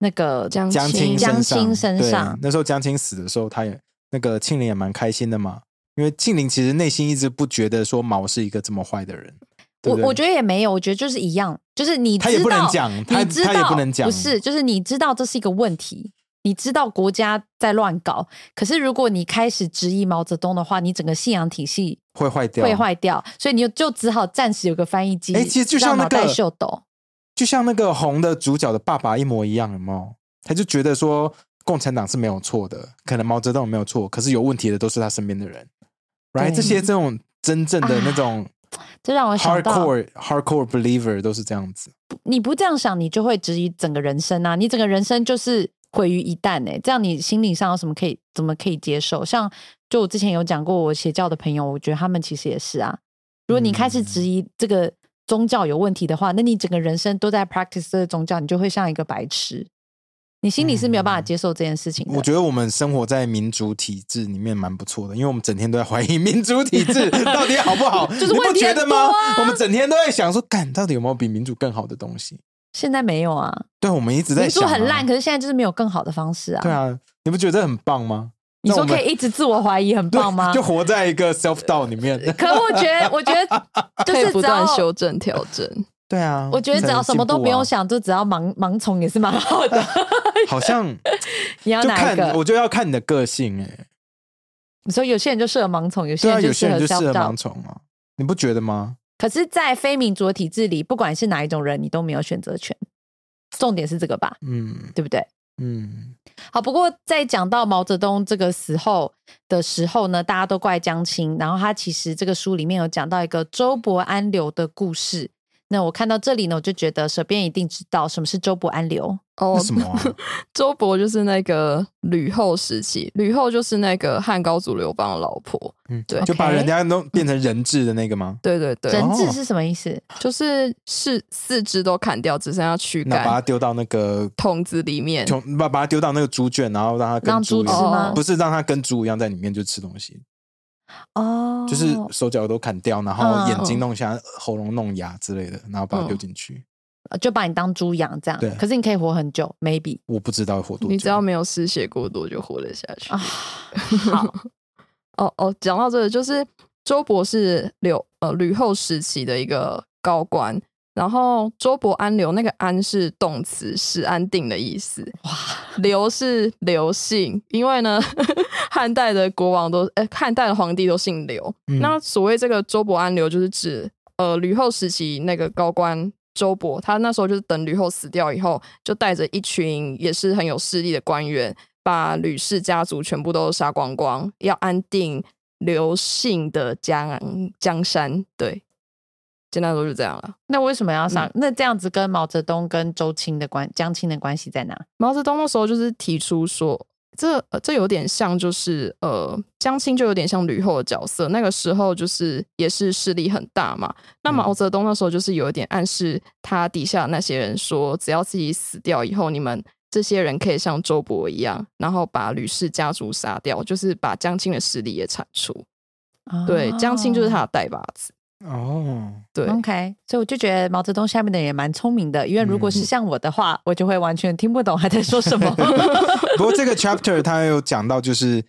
S3: 那个
S4: 江
S2: 江青
S4: 青
S3: 江
S2: 身上
S3: 青身
S2: 对啊
S3: 上
S2: 那时候江青死的时候，她也那个庆龄也蛮开心的嘛，因为庆龄其实内心一直不觉得说毛是一个这么坏的人。对
S3: 我
S2: 不对
S3: 我觉得也没有，我觉得就是一样，就是你
S2: 他也
S3: 知
S2: 不能
S3: 道
S2: 讲
S3: 你
S2: 他
S3: 知
S2: 他也
S3: 道
S2: 不能讲
S3: 不是，就是你知道这是一个问题，你知道国家在乱搞，可是如果你开始质疑毛泽东的话，你整个信仰体系
S2: 会坏掉，
S3: 会坏掉，所以你就就只好暂时有个翻译机，
S2: 哎，其实就像
S3: 让
S2: 那
S3: 脑袋
S2: 个
S3: 秀抖，
S2: 就像那个红的主角的爸爸一模一样，有没有？他就觉得说共产党是没有错的，可能毛泽东也没有错，可是有问题的都是他身边的人，right？
S3: 对
S2: 这些这种真正的那种
S3: 这让我想到
S2: hardcore、hardcore believer 都是这样子，
S3: 你不这样想，你就会质疑整个人生啊！你整个人生就是毁于一旦哎、这样你心理上有什么可以怎么可以接受？像就我之前有讲过，我邪教的朋友，我觉得他们其实也是啊。如果你开始
S2: 嗯
S3: 质疑这个宗教有问题的话，那你整个人生都在 practice 这个宗教，你就会像一个白痴。你心里是没有办法接受这件事情的。
S2: 嗯我觉得我们生活在民主体制里面蛮不错的，因为我们整天都在怀疑民主 体制到底好不好，
S3: 是
S2: 你不
S3: 问题
S2: 觉
S3: 很
S2: 得吗
S3: 多啊？
S2: 我们整天都在想说，干到底有没有比民主更好的东西？
S3: 现在没有啊，
S2: 对，我们一直在
S3: 民主
S2: 想、啊，
S3: 很烂，可是现在就是没有更好的方式啊。
S2: 对，啊，你不觉得很棒吗？
S3: 你
S2: 那
S3: 说
S2: 我们
S3: 可以一直自我怀疑，很
S2: 对
S3: 棒吗呃
S2: 就？活在一个 self doubt 里面。
S3: 可我觉得，我 觉得就
S4: 可以
S3: 是
S4: 不
S3: 只要
S4: 断修正调整。
S2: 对啊，
S3: 呃我觉得只要什么都不用
S2: 才
S3: 想，就只要
S2: 嗯
S3: 盲盲从也是蛮好的。
S2: 能进步啊，好像
S3: 你要
S2: 就
S3: 哪一
S2: 看，
S3: 个
S2: 我？就要看你的个性哎、
S3: 你说有些人就适合盲从，有些
S2: 对啊，
S3: 人
S2: 有
S3: 就
S2: 些人就适
S3: self
S2: 合
S3: doubt
S2: 盲。从啊，你不觉得吗？
S3: 可是，在非民主的体制里，不管是哪一种人，你都没有选择权。重点是这个吧，
S2: 嗯
S3: 对不对？
S2: 嗯，
S3: 好，不过在讲到毛泽东这个死后的时候呢，大家都怪江青，然后他其实这个书里面有讲到一个周伯安流的故事。那我看到这里呢，我就觉得舍边一定知道什么是周伯安流。
S4: 哦
S2: 为什么、啊？
S4: 周勃就是那个吕后时期，吕后就是那个汉高祖刘邦的老婆。
S2: 嗯，
S4: 对
S2: 就把
S3: OK
S2: 人家都变成人质的那个吗？
S4: 对对对，
S3: 人质
S2: 哦
S3: 是什么意思？
S4: 就是是四肢都砍掉，只剩下躯
S2: 那把他
S4: 干，
S2: 丢到那个
S4: 桶子里面。
S2: 从把把他丢到那个猪圈，然后让他跟
S3: 让猪
S2: 猪
S3: 吃
S2: 一样
S3: 吗
S4: 哦？
S2: 不是让他跟猪一样在里面就吃东西，
S3: 哦，
S2: 就是手脚都砍掉，然后
S3: 嗯
S2: 眼睛弄瞎，喉咙弄哑之类的，然后把他丢进去。
S3: 呃就把你当猪养这样
S2: 对。
S3: 可是你可以活很久，maybe
S2: 我不知道会活多久，
S4: 你只要没有失血过多，就活得下去
S3: 啊。。好，
S4: 哦哦，讲到这个，就是周勃是刘呃吕后时期的一个高官，然后周勃安刘那个安是动词，是安定的意思。哇，刘是刘姓，因为呢， 汉代的国王都呃汉代的皇帝都姓刘。
S2: 嗯
S4: 那所谓这个周勃安刘，就是指呃吕后时期那个高官。周勃，他那时候就是等吕后死掉以后，就带着一群也是很有势力的官员，把吕氏家族全部都杀光光，要安定刘姓的江江山。对，简单来说就这样了。
S3: 那为什么要上？
S2: 嗯
S3: 那这样子跟毛泽东跟周青的关江青的关系在哪？
S4: 毛泽东那时候就是提出说，这、呃这有点像，就是呃，江青就有点像吕后的角色。那个时候就是也是势力很大嘛。那
S2: 嗯
S4: 毛泽东那时候就是有一点暗示他底下那些人说，只要自己死掉以后，你们这些人可以像周勃一样，然后把吕氏家族杀掉，就是把江青的势力也铲除。对，江青就是他的带把子。
S2: 哦，
S4: 对，
S3: OK，所以我就觉得毛泽东下面的人也蛮聪明的，因为如
S2: 嗯
S3: 果是像我的话，我就会完全听不懂他在说什 么。
S2: 不过这个 chapter 他有讲到，就是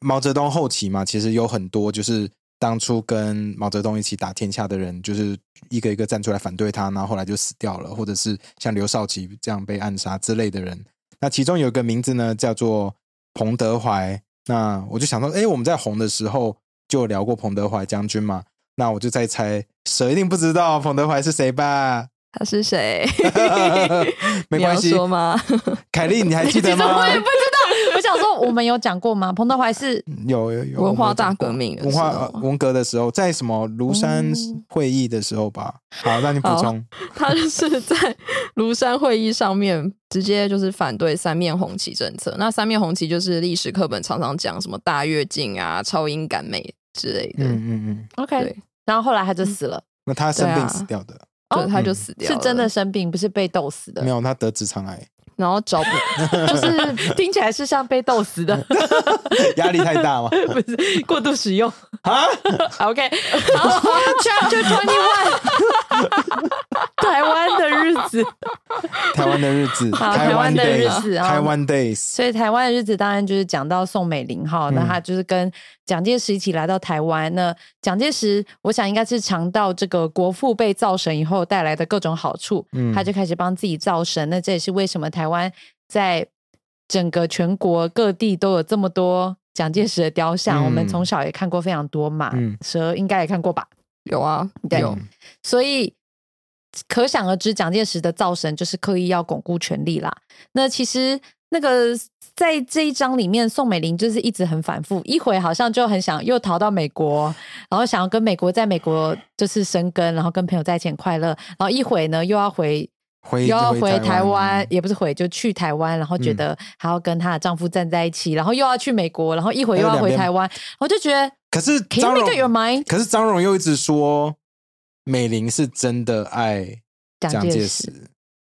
S2: 毛泽东后期嘛，其实有很多就是当初跟毛泽东一起打天下的人，就是一个一个站出来反对他，然后后来就死掉了，或者是像刘少奇这样被暗杀之类的人。那其中有一个名字呢，叫做彭德怀。那我就想到，哎，我们在红的时候就有聊过彭德怀将军嘛，那我就在猜，蛇一定不知道彭德怀是谁吧？
S4: 他是 谁？
S2: 没关
S4: 你
S2: 系
S4: 要，说吗？
S2: 凯莉，你还记得吗
S3: 我？也不知道，我想说我们有讲过吗？彭德怀是
S2: 嗯有有有
S4: 文
S2: 我们
S4: 化
S2: 有讲
S4: 大
S2: 过
S4: 革命的
S2: 文
S4: 时
S2: 化
S4: 候
S2: 呃文革的时候，在什么庐山
S3: 哦
S2: 会议的时候吧？好，那你补
S4: 好
S2: 充。
S4: 他就是在庐山会议上面直接就是反对三面红旗政策。那三面红旗就是历史课本常常讲什么大跃进啊、超英赶美之类的。
S2: 嗯嗯嗯，
S3: OK，
S4: 对
S3: 然后后来他就死了，
S2: 那他生
S4: 对
S2: 病
S4: 啊
S2: 死掉的，
S4: 对，
S3: 哦
S4: 他就死掉
S3: 是
S4: 了，
S3: 真的，生病，不是被斗死
S2: 没
S3: 的，
S2: 有，他得直肠 癌，
S4: 然后找不
S3: 就是听起来是像被斗死 的，
S2: 压力太大 嘛？
S3: 不是过度使用。
S2: 啊，
S3: OK，好，Chapter Twenty One，台湾的日子，
S2: 台湾的日子，
S3: 好
S2: 台
S3: 台湾的
S2: days，
S3: 日子啊
S2: 台湾 days，
S3: 所以台湾的日子当然就是讲到宋美龄哈，那她就是跟蒋介石一起来到台湾。那蒋介石，我想应该是尝到这个国父被造神以后带来的各种好处，
S2: 嗯
S3: 他就开始帮自己造神。那这也是为什么台湾在整个全国各地都有这么多蒋介石的雕像。
S2: 嗯
S3: 我们从小也看过非常多嘛，
S2: 嗯
S3: 蛇应该也看过吧？
S4: 有啊，
S3: 对
S4: 有
S2: 嗯
S3: 所以可想而知，蒋介石的造神就是刻意要巩固权力啦。那其实那个在这一章里面，宋美龄就是一直很反复，一会好像就很想又逃到美国，然后想要跟美国在美国就是生根，然后跟朋友在一起很快乐，然后一会呢又要回
S2: 回
S3: 又要回台湾
S2: 湾，，
S3: 也不是回，就去台湾，然后觉
S2: 嗯
S3: 得还要跟她的丈夫站在一起，然后又要去美国，然后一会又
S2: 还有
S3: 要
S2: 两
S3: 回
S2: 边
S3: 台湾，我就觉得
S2: 可是
S3: Can you
S2: 张
S3: make up your
S2: 荣，
S3: mind？
S2: 可是张荣又一直说美玲是真的爱
S3: 蒋
S2: 蒋
S3: 介
S2: 介
S3: 石
S2: 石，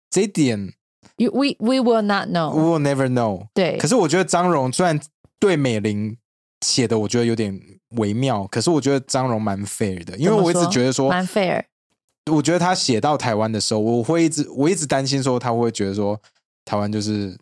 S2: 这一点
S3: ，You we we will not know。
S2: we will never know。
S3: 对，
S2: 可是我觉得张荣虽然对美玲写的我觉得有点微妙，可是我觉得张荣蛮 fair 的，因为
S3: 怎么
S2: 我一直
S3: 说
S2: 觉得说，
S3: 蛮 fair。
S2: 我觉得他写到台湾的时候，我会一直我一直担心说他会不会觉得说台湾就是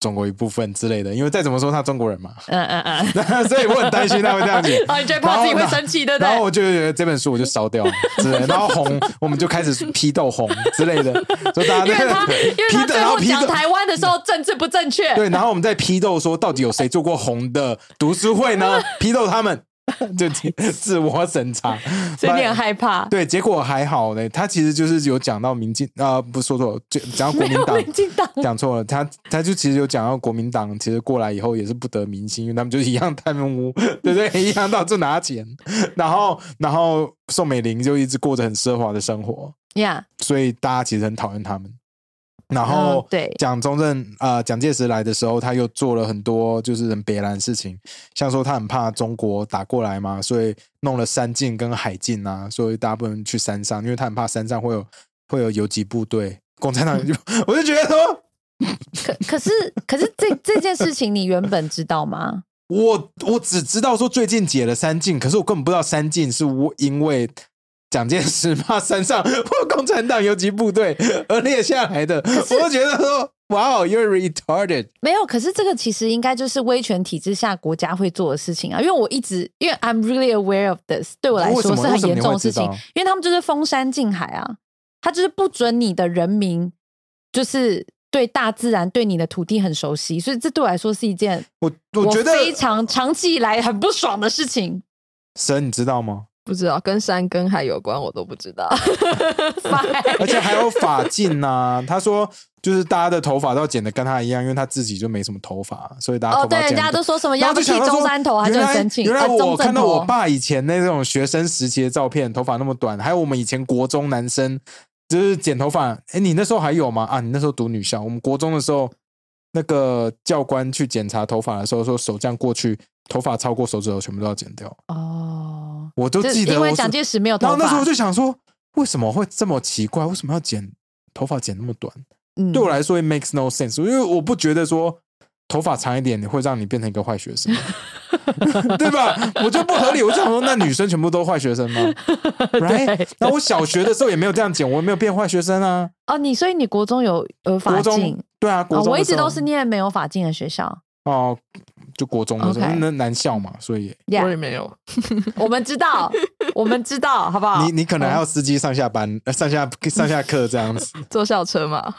S2: 中国一部分之类的，因为再怎么说他中国人嘛，
S3: 嗯嗯嗯。
S2: 所以我很担心他会这样子。
S3: 哦，你觉得怕自己会生气，对不
S2: 然后
S3: 对？
S2: 我就觉得这本书我就烧掉了之 类的，然后红我们就开始批斗红之类的，所以大家
S3: 因为他，
S2: 对
S3: 因为
S2: 批
S3: 他
S2: 斗，
S3: 最
S2: 然后
S3: 后
S2: 批
S3: 讲
S2: 斗，
S3: 台湾的时候政治不正 确，
S2: 对，然后我们在批斗说，到底有谁做过红的读书 会呢？批斗他们， 就自自我审查。
S3: 所以你很害怕。
S2: 对，结果还好呢。他其实就是有讲到民进，啊，不说错了，就讲到国民 党，
S3: 民进党
S2: 讲错了。他他就其实有讲到国民党，其实过来以后也是不得民心，因为他们就是一样贪污， 对不对？一样到处拿钱，然后然后宋美龄就一直过着很奢华的生活，
S3: 呀，
S2: 所以大家其实很讨厌他们。然后
S3: 嗯，对
S2: 蒋中正啊、呃蒋介石来的时候，他又做了很多就是很别然的事情，像说他很怕中国打过来嘛，所以弄了山禁跟海禁啊，所以大家不能去山上，因为他很怕山上会有会有游击部队。共产党就 我就觉得说，
S3: 可可是可是这这件事情你原本知道吗？
S2: 我我只知道说最近解了三禁，可是我根本不知道三禁是我因为蒋介石怕山上或共产党游击部队而列下来的。我就觉得说，哇哦，you're retarded。
S3: 没有，可是这个其实应该就是威权体制下国家会做的事情啊。因为我一直，因为 I'm really aware of this，对我来
S2: 哦为什
S3: 说
S2: 么
S3: 是很严重的事情
S2: 为什么你会知，
S3: 因为他们就是封山禁海啊，他就是不准你的人民就是对大自然、对你的土地很熟悉，所以这对我来说是一件
S2: 我我觉得
S3: 非常长期以来很不爽的事 情。
S2: 神，你知道吗？
S4: 不知道跟山跟海有关，我都不知道。
S2: 而且还有发禁呐、他说就是大家的头发都要剪的跟他一样，因为他自己就没什么头发，所以大家头
S3: 哦，
S2: 发
S3: 对，
S2: 剪
S3: 人
S2: 得
S3: 家都说什么
S2: 然
S3: 要
S2: 后
S3: 不
S2: 就
S3: 剃
S2: 想到
S3: 中
S2: 说
S3: 山头，他就
S2: 原
S3: 很
S2: 来
S3: 生气。
S2: 原来
S3: 啊
S2: 我
S3: 中
S2: 看
S3: 正
S2: 到我
S3: 头，
S2: 爸以前那种学生时期的照片，头发那么短，还有我们以前国中男生就是剪头发。哎，你那时候还有吗？啊，你那时候读女校，我们国中的时候，那个教官去检查头发的时候，说手这样过去，头发超过手指头全部都要剪掉。
S3: 哦，
S2: 我都
S3: 就是
S2: 记得
S3: 因
S2: 我
S3: 为
S2: 是
S3: 蒋介石没有
S2: 然
S3: 头
S2: 后那时候
S3: 发
S2: 我就想说，为什么会这么奇怪？为什么要剪头发剪那么短？
S3: 嗯
S2: 对我来说，it makes no sense，因为我不觉得说头发长一点会让你变成一个坏 学生，对吧？我就不合理。我就想说，那女生全部都坏学生 吗？Right？那我小学的时候也没有这样剪，我也没有变坏学生 啊。
S3: 哦，你所以你国中有有法
S2: 国
S3: 镜
S2: 中对啊，国
S3: 哦，
S2: 中的时候、
S3: 我一直都是念没有法镜的学校。
S2: 哦，就国中的时候
S3: OK
S2: 那男校嘛，所以
S4: 我
S3: Yeah，
S4: 也没有。
S3: 我们知 道，我们知道，好不好？
S2: 你你可能还
S3: 哦
S2: 要司机上下班、呃上下上下课这 样子。
S4: 坐校车嘛，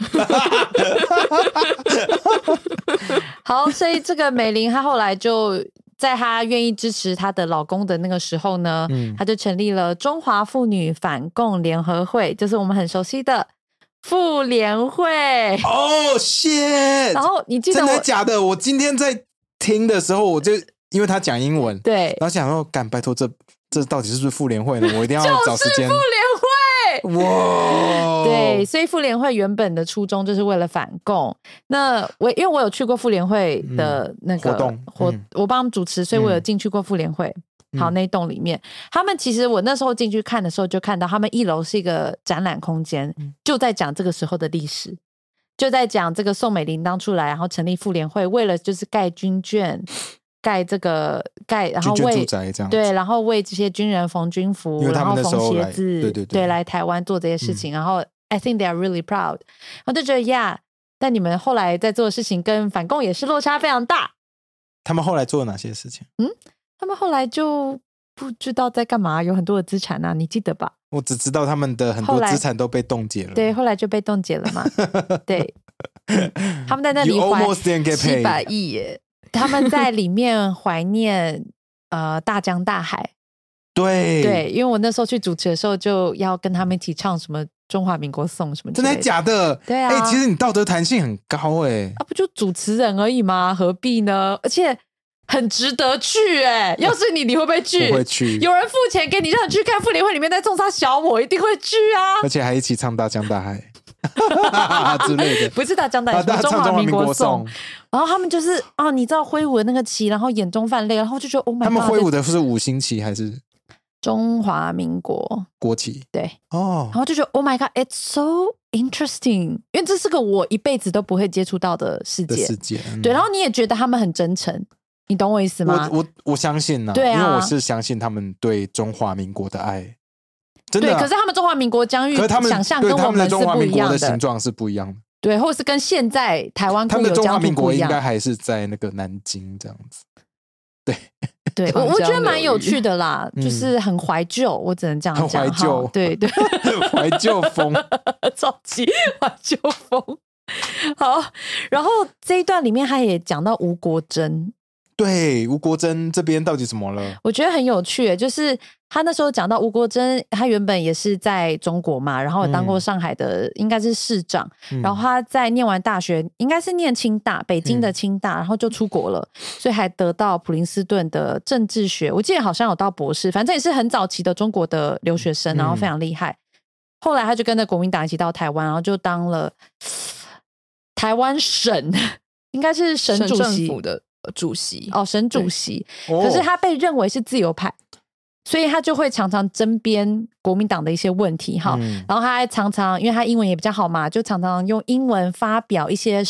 S3: 好，所以这个美玲她后来就在她愿意支持她的老公的那个时候呢，
S2: 嗯
S3: 她就成立了中华妇女反共联合会，就是我们很熟悉的妇联会。
S2: 哦、shit！
S3: 然后你记得
S2: 真
S3: 我
S2: 的假的？我今天在听的时候，我就因为他讲英文，
S3: 对
S2: 然后想说，干拜托这这到底是不是妇联会呢？我一定要找时间。
S3: 联
S2: 哇，
S3: 对，，所以妇联会原本的初衷就是为了反共。那我因为我有去过妇联会的那个
S2: 嗯活动
S3: 活
S2: 嗯
S3: 我帮他们主持，所以我有
S2: 嗯
S3: 进去过妇联会。好，
S2: 嗯
S3: 那一栋里面，他们其实我那时候进去看的时候，就看到他们一楼是一个展览空间，
S2: 嗯
S3: 就在讲这个时候的历史，就在讲这个宋美龄当初来，然后成立妇联会，为了就是盖军眷，盖这个盖，然后
S2: 军眷
S3: 为
S2: 住宅这样。，
S3: 对，然后为这些军人缝军服，
S2: 因为他
S3: 然后
S2: 们那时
S3: 缝
S2: 候
S3: 鞋
S2: 来
S3: 子，
S2: 对对对嗯
S3: 来台湾做这些事情，然后 I think they are really proud，然后就觉得呀，但你们后来在做的事情跟反共也是落差非常大，
S2: 他们后来做了哪些事情？
S3: 他们后来就不知道在干嘛，有很多的资产啊，你记得吧？
S2: 我只知道他们的很
S3: 后
S2: 多
S3: 来
S2: 资产都被冻结了。
S3: 对，后来就被冻结了嘛，对，他们在那
S2: You
S3: 里怀
S2: almost didn't get
S4: 七百
S2: paid。
S4: 亿耶，
S3: 他们在里面怀念呃大江大海，
S2: 对，
S3: 对，因为我那时候去主持的时候就要跟他们一起唱什么中华民国颂什么之
S2: 真
S3: 类
S2: 的
S3: 的。
S2: 假的？
S3: 对啊
S2: 哎，其实你道德弹性很高哎。
S3: 啊，不就主持人而已吗？何必呢？而且很值得去哎、要是你，你会不会去？
S2: 我会去，
S3: 有人付钱给你让你去看妇联会里面在种沙小我，一定会去啊！
S2: 而且还一起唱《大江 大海》之类的。
S3: 不是大江大
S2: 啊，
S3: 海，什
S2: 大
S3: 么
S2: 家
S3: 中
S2: 唱
S3: 华
S2: 中华
S3: 民
S2: 民国
S3: 国
S2: 颂
S3: 颂。，然后他们就是啊，你知道挥舞的那个旗，然后眼中泛泪，然后就觉得 Oh my God！
S2: 他们挥舞
S3: 这
S2: 的是五星旗还是
S3: 中华民国，
S2: 国旗？
S3: 对，
S2: 哦
S3: 然，后就觉得 Oh my God，it's so interesting，因为这是个我一辈子都不会接触到的世
S2: 的
S3: 界。
S2: 世界。嗯
S3: 对，然后你也觉得他们很真诚，你懂我意思吗？
S2: 我我我相信呐、
S3: 对啊
S2: 因为我是相信他们对中华民国的爱，真的
S3: 对，
S2: 啊、
S3: 可是他们中华民国疆域
S2: 可是他们
S3: 想象
S2: 对
S3: 跟
S2: 他
S3: 我
S2: 们的
S3: 们是
S2: 中华
S3: 不
S2: 民
S3: 一
S2: 国
S3: 样
S2: 的
S3: 的，
S2: 形状是不一样的，
S3: 对，或者是跟现在台湾
S2: 他
S3: 固
S2: 们
S3: 有
S2: 的中华
S3: 疆土
S2: 民
S3: 不
S2: 国
S3: 一
S2: 应
S3: 样
S2: 该。还是在那个南京这样子。
S3: 对，我
S4: 长
S3: 我觉得
S4: 江
S3: 蛮
S4: 流
S3: 有
S4: 域
S3: 趣的啦，
S2: 嗯
S3: 就是很怀旧，我只能这样
S2: 很
S3: 讲。
S2: 怀
S3: 哈
S2: 旧
S3: 对对，
S2: 怀旧风，
S3: 超级怀旧风。好，然后这一段里面他也讲到吴国桢，
S2: 对吴国桢这边到底怎么了？
S3: 我觉得很有趣，就是他那时候讲到吴国桢，他原本也是在中国嘛，然后也当过
S2: 嗯
S3: 上海的、应该是市长，
S2: 嗯
S3: 然后他在念完大学，应该是念清大，北京的
S2: 嗯
S3: 清大，然后就出国了，所以还得到普林斯顿的政治学，我记得好像有到博士，反正也是很早期的中国的留学生，然后非
S2: 嗯
S3: 常厉害。后来他就跟着国民党一起到台湾，然后就当了台湾省， 应该是省
S4: 省
S3: 主
S4: 政
S3: 席
S4: 府的呃主席，
S3: 哦，省主席。
S2: 哦
S3: 可是他被认为是自由派，所以他就会常常争辩国民党的一些问题哈。
S2: 嗯
S3: 然后他还常常，因为他英文也比较好嘛，就常常用英文发表一些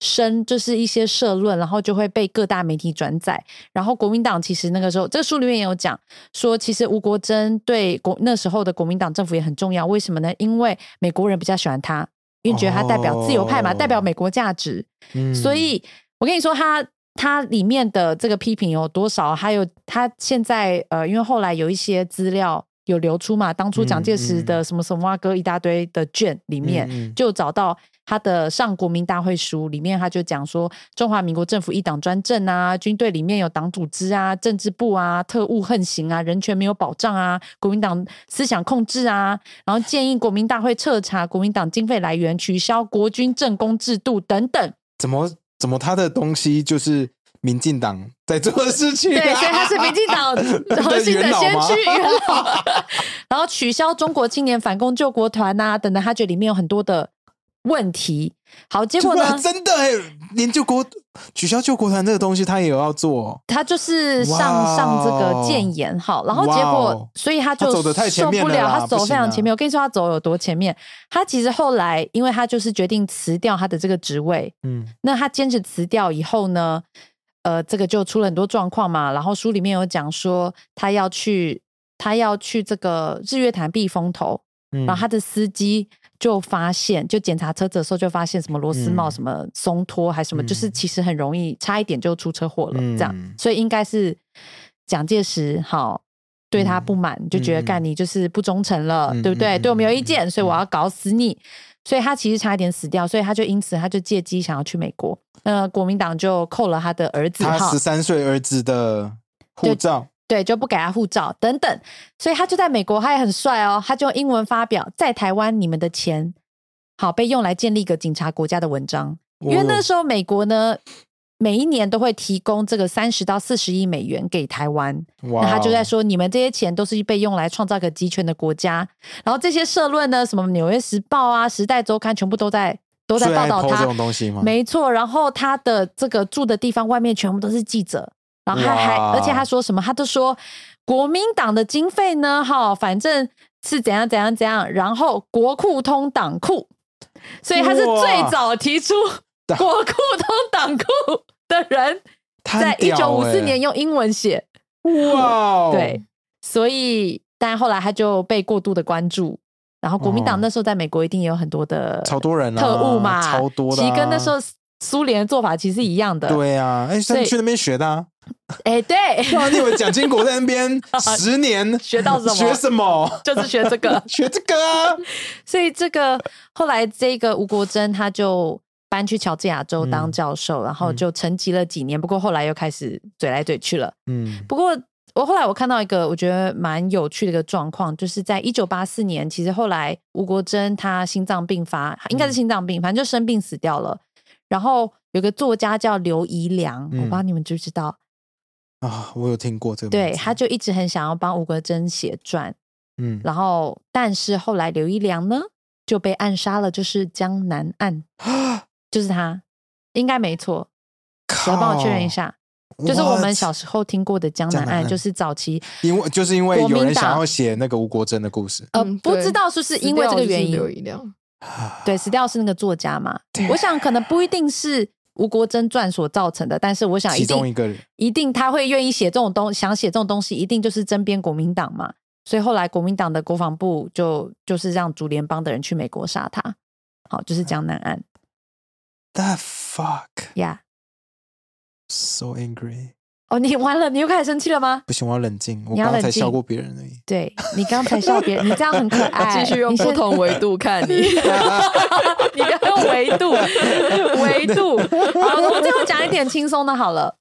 S3: 声，就是一些社论，然后就会被各大媒体转载。然后国民党其实那个时候，这个书里面也有讲说，其实吴国桢对国那时候的国民党政府也很重要。为什么呢？因为美国人比较喜欢他，因为觉得他代表自由派嘛，
S2: 哦
S3: 代表美国价值。
S2: 嗯
S3: 所以我跟你说，他他里面的这个批评有多少？还有他现在呃，因为后来有一些资料有流出嘛，当初蒋介石的什么什么啊哥一大堆的卷里面，
S2: 嗯嗯嗯
S3: 就找到他的上国民大会书里面，他就讲说中华民国政府一党专政啊，军队里面有党组织啊、政治部啊、特务横行啊，人权没有保障啊，国民党思想控制啊，然后建议国民大会彻查国民党经费来源，取消国军政工制度等等。
S2: 怎么怎么他的东西就是民进党在做的事情、啊，
S3: 对，所以他是民进党核心的先驱元老， 然后取消中国青年反共救国团呐、等等，他觉得里面有很多的问题。好，结
S2: 结
S3: 果呢？
S2: 欸真的哎、研究国取消救国团这个东西，他也有要做哦、
S3: 他就是上
S2: 哇哦
S3: 上这个谏言号，然后结
S2: 哇
S3: 果
S2: 哦，
S3: 所以他就
S2: 他走得太前
S3: 受
S2: 面
S3: 不了，
S2: 了啦
S3: 他走
S2: 不
S3: 非
S2: 行啊
S3: 常前面。我跟你说，他走有多前面？他其实后来，因为他就是决定辞掉他的这个职位，
S2: 嗯，
S3: 那他坚持辞掉以后呢，呃，这个就出了很多状况嘛。然后书里面有讲说，他要去，他要去这个日月潭避风头，
S2: 嗯
S3: 然后他的司机就发现，就检查车子的时候就发现什么螺丝帽、
S2: 嗯
S3: 什么松脱还什么，就是
S2: 嗯
S3: 其实很容易差一点就出车祸了，这样
S2: 嗯，
S3: 所以应该是蒋介石好。对他不满，就觉得
S2: 嗯
S3: 干你就是不忠诚了，
S2: 嗯
S3: 对不对？
S2: 嗯
S3: 对我们有意
S2: 嗯
S3: 见，所以我
S2: 嗯
S3: 要搞死你。所以他其实差一点死掉，所以他就因此他就借机想要去美国。那国民党就扣了他的儿子
S2: 他
S3: 哈
S2: 十，三岁儿子的护
S3: 对
S2: 照，
S3: 对，就不给他护照等等，所以他就在美国，他也很帅哦，他就用英文发表在台湾你们的钱好被用来建立一个警察国家的文章，因为
S2: 哦
S3: 那时候美国呢。每一年都会提供这个三十到四十亿美元给台湾，
S2: 哇哦，
S3: 那他就在说，你们这些钱都是被用来创造一个集权的国家。然后这些社论呢，什么《纽约时报》啊，《时代周刊》，全部都在都在
S2: 哦最
S3: 报
S2: 爱
S3: 道
S2: po
S3: 他
S2: 这。种东西吗？
S3: 没错，然后他的这个住的地方外面全部都是记者，然后他还，
S2: 哇
S3: 而且他说什么，他都说国民党的经费呢，哈，反正是怎样怎样怎样，然后国库通党库，所以他是
S2: 哇
S3: 最早提 出国库通党库的人，
S2: 他
S3: 在一九五四年用英文写，
S2: 欸哇哦，
S3: 对，所以但后来他就被过度的关注，然后国民党
S2: 哦
S3: 那时候在美国一定也有很多的
S2: 超多人啊，
S3: 特务嘛，
S2: 超多的啊，
S3: 其实跟那时候苏联的做法其实一样的。，
S2: 对啊，哎，他
S3: 所以
S2: 们去那边学的啊，
S3: 哎、 对，
S2: 哇，你以为蒋经国在 那边十年
S3: 学到什么
S2: 学什么？。
S3: 就是学这个
S2: 学这个啊？
S3: 所以这个后来这个吴国桢他就搬去乔治亚州当教授，然后嗯就沉寂了几年。不过后来又开始嘴来嘴去了。
S2: 嗯
S3: 不过我后来我看到一个我觉得蛮有趣的一个状况，就是在一九八四年，其实后来吴国桢他心脏病发，应该是心脏病，反正就生病死掉了。然后有个作家叫刘宜良，我不知道你们知不知道，
S2: 啊，我有听过这个名
S3: 对，
S2: 字，
S3: 他就一直很想要帮吴国桢写传，
S2: 嗯
S3: 然后但是后来刘一良呢就被暗杀了，就是江南案，就是他，应该没错，
S2: 啊靠
S3: 要帮我确认一，下。就是我们小时候听过的江南
S2: 江南
S3: 案，
S2: 案
S3: 就是早期
S2: What？因为就是因为
S3: 国民
S2: 有人想
S3: 党
S2: 要写那个吴国桢的故事，
S3: 呃
S4: 嗯，
S3: 不
S4: 对
S3: 知道是不是因为这个原因
S4: 死掉，就是刘一良
S3: 对，死掉是那个作家嘛？我想可能不一定是吴国桢传所造成的，但是我想啊一
S2: 其中一
S3: 定
S2: 个人
S3: 一定他会愿意写这种东，想写这种东西，一定就是针砭国民党嘛。所以后来国民党的国防部就就是让竹联帮的人去美国杀他，好，就是江南案
S2: ，That fuck
S3: 呀。
S2: so angry，
S3: 哦，你完了，你又开始生气了吗？
S2: 不行，我要冷静，我
S3: 你要
S2: 刚刚才
S3: 冷静
S2: 笑过别人而已。
S3: 对你刚才笑别人，你这样很可爱。
S4: 我继续用
S3: 哎你
S4: 不
S3: 现
S4: 同维度看你。
S3: 你不要用维度，维度。好，我们最后讲一点轻松的好了，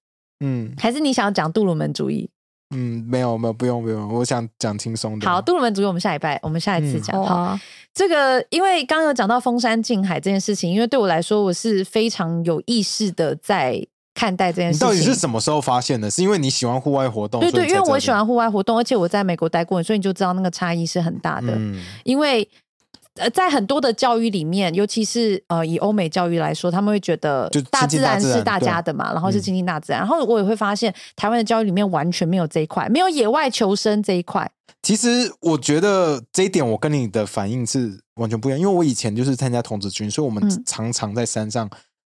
S2: 嗯
S3: 还是你想讲杜鲁门主义？
S2: 嗯，没有没有，不用不用，我想讲轻松的。
S3: 好，杜鲁门主义我们下礼拜，我们下一次
S2: 嗯
S3: 讲。
S4: 啊
S3: 好，，这个因为刚刚有讲到封山禁海这件事情，因为对我来说，我是非常有意识的在看待这件
S2: 你
S3: 事情。
S2: 到底是什么时候发现的？是因为你喜欢户外活动？
S3: 对
S2: 所以
S3: 对，
S2: 你
S3: 因
S2: 才
S3: 为
S2: 这
S3: 我
S2: 样
S3: 喜欢户外活动，而且我在美国待过，所以你就知道那个差异是很大的。
S2: 嗯
S3: 因为呃，在很多的教育里面，尤其是呃以欧美教育来说，他们会觉得
S2: 就
S3: 大
S2: 亲近
S3: 自
S2: 大
S3: 然
S2: 自
S3: 是
S2: 然
S3: 大家的
S2: 对
S3: 嘛，然后是
S2: 嗯
S3: 亲近大自然。然后我也会发现，台湾的教育里面完全没有这一块，没有野外求生这一块。
S2: 其实我觉得这一点，我跟你的反应是完全不一样。因为我以前就是参加童子军，所以我们
S3: 嗯
S2: 常常在山上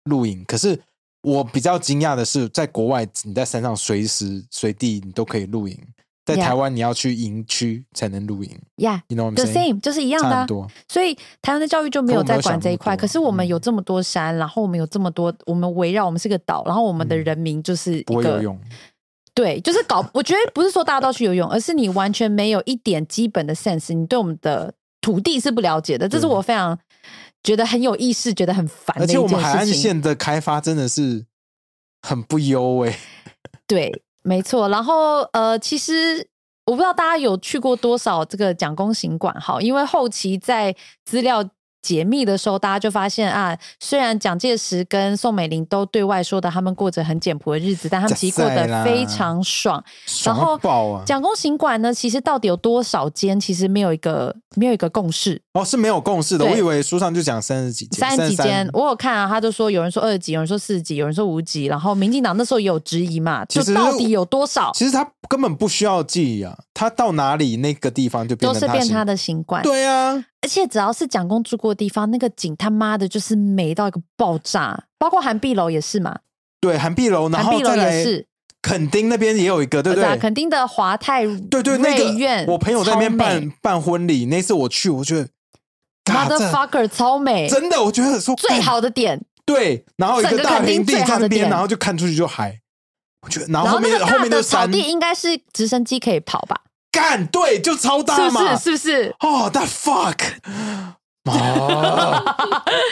S2: 露营。可是我比较惊讶的是，在国外你在山上随时随地你都可以露营，在
S3: Yeah
S2: 台湾你要去营区才能露营。
S3: Yeah,
S2: You know what I'm
S3: the
S2: saying？
S3: same 就是一样的
S2: 差
S3: 啊、
S2: 很多。
S3: 所以台湾的教育就没有在管这一块。可
S2: 可我没有想那么多嗯
S3: 是我们有这么多山，然后我们有这么多，我们围绕我们是个岛，然后我们的人民就是一
S2: 嗯不会
S3: 个
S2: 游泳，
S3: 对，就是搞。我觉得不是说大家都去游泳，而是你完全没有一点基本的 sense，你对我们的土地是不了解的。这是
S2: 对
S3: 我非常觉得很有意识、觉得很烦的
S2: 而
S3: 一
S2: 且我们海
S3: 件
S2: 岸
S3: 事情。
S2: 线的开发真的是很不优 欸诶、
S3: 对，没错。然后呃，其实。我不知道大家有去过多少这个蒋公行馆哈，因为后期在资料解密的时候，大家就发现啊，虽然蒋介石跟宋美龄都对外说的他们过着很简朴的日子，但他们其实过
S2: 假赛啦
S3: 得非常爽。然
S2: 爽到
S3: 后
S2: 爆啊！
S3: 蒋公行馆呢，其实到底有多少间，其实没有一个没有一个共识。
S2: 哦，是没有共识的，
S3: 对
S2: 我以为书上就讲三十几间，
S3: 三十几
S2: 33
S3: 间，我有看啊，他就说有人说二十几，有人说四十几，有人说五几，然后民进党那时候也有质疑嘛，
S2: 其
S3: 就
S2: 实
S3: 到底有多少
S2: 其实他根本不需要记啊，他到哪里那个地方就变
S3: 都
S2: 成
S3: 是变
S2: 行
S3: 他的行馆，
S2: 对啊，
S3: 而且只要是蒋公住过的地方，那个景他妈的就是美到一个爆炸，包括韩碧楼也是嘛，
S2: 对韩碧楼，然
S3: 韩
S2: 后
S3: 碧楼
S2: 再来
S3: 也是，啊
S2: 垦丁那边也有一个，对不对？
S3: 肯定的华泰
S2: 对对，那
S3: 瑞苑
S2: 个我朋友在那边
S3: 超
S2: 办
S3: 美
S2: 办婚礼，那次我去，我觉得，嘎这
S3: ，motherfucker 超美，
S2: 真的，我觉得说
S3: 最
S2: 干
S3: 好的点，
S2: 对，然后一
S3: 整
S2: 个
S3: 个
S2: 大
S3: 垦
S2: 平
S3: 丁
S2: 地
S3: 最好的
S2: 站边，
S3: 点
S2: 然后就看出去就海，我觉得，然后
S3: 然
S2: 后
S3: 后那个
S2: 面就后
S3: 大
S2: 面就
S3: 的草
S2: 山，
S3: 地应该是直升机可以跑吧，
S2: 干对，就超
S3: 是
S2: 大
S3: 不是？
S2: 嘛，
S3: 是不是？
S2: 哦，that fuck，哦，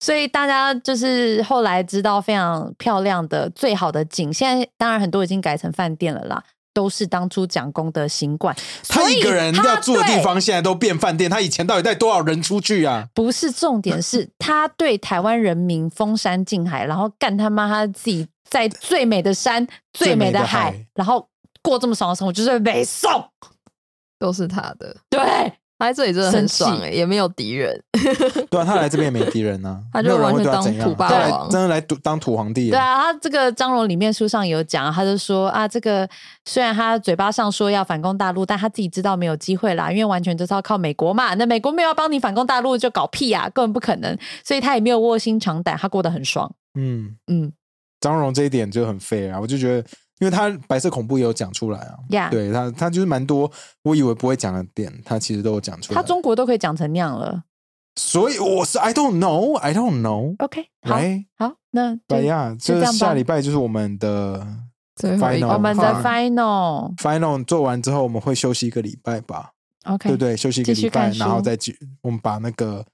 S3: 所以大家就是后来知道非常漂亮的最好的景，现在当然很多已经改成饭店了啦，都是当初蒋公的行馆。
S2: 他
S3: 所以
S2: 一个人
S3: 他
S2: 要住的地
S3: 对
S2: 方现在都变饭店，他以前到底带多少人出去啊？
S3: 不是重点， 是他对台湾人民封山禁海，然后干他妈他自己在最美的山、最美的海，
S2: 最美的海
S3: 然后过这么爽的生活，就是美 送。
S4: 都是他的。
S3: 对，
S4: 他在这里真的很爽
S3: 生气
S4: 哎、也没有敌 人，
S2: 对啊，他来这边也没敌人啊，
S4: 他
S2: 没
S4: 就
S2: 有人会
S4: 完全
S2: 对他
S4: 当
S2: 怎样啊
S4: 土霸
S2: 他来
S4: 王
S2: 真的来土当土皇帝
S3: 对
S2: 了。
S3: 啊，他这个张荣里面书上有讲，他就说啊，这个虽然他嘴巴上说要反攻大陆，但他自己知道没有机会啦，因为完全就是要靠美国嘛。那美国没有要帮你反攻大陆，就搞屁呀、根本不可能。所以他也没有卧薪尝胆，他过得很爽。
S2: 嗯，
S3: 嗯，
S2: 张荣这一点就很废啊，我就觉得，因为他白色恐怖也有讲出来啊，
S3: 呀、
S2: 对他，他就是蛮多我以为不会讲的点，他其实都有讲出来。
S3: 他中国都可以讲成那样了。
S2: 所以我是 I don't know，I don't know，right？
S3: OK，好，好，那就
S2: 对呀，
S3: 就这
S2: 就是
S3: 样吧
S2: 下礼拜就是我们的
S4: 最后一
S2: Final
S4: 个
S3: 我们的
S2: 好
S3: final，OK，、
S2: final 做完之后，我们会休息一个礼拜吧，对不对？休息一个
S3: 继续
S2: 礼拜，
S3: 看书
S2: 然后再去我们把那个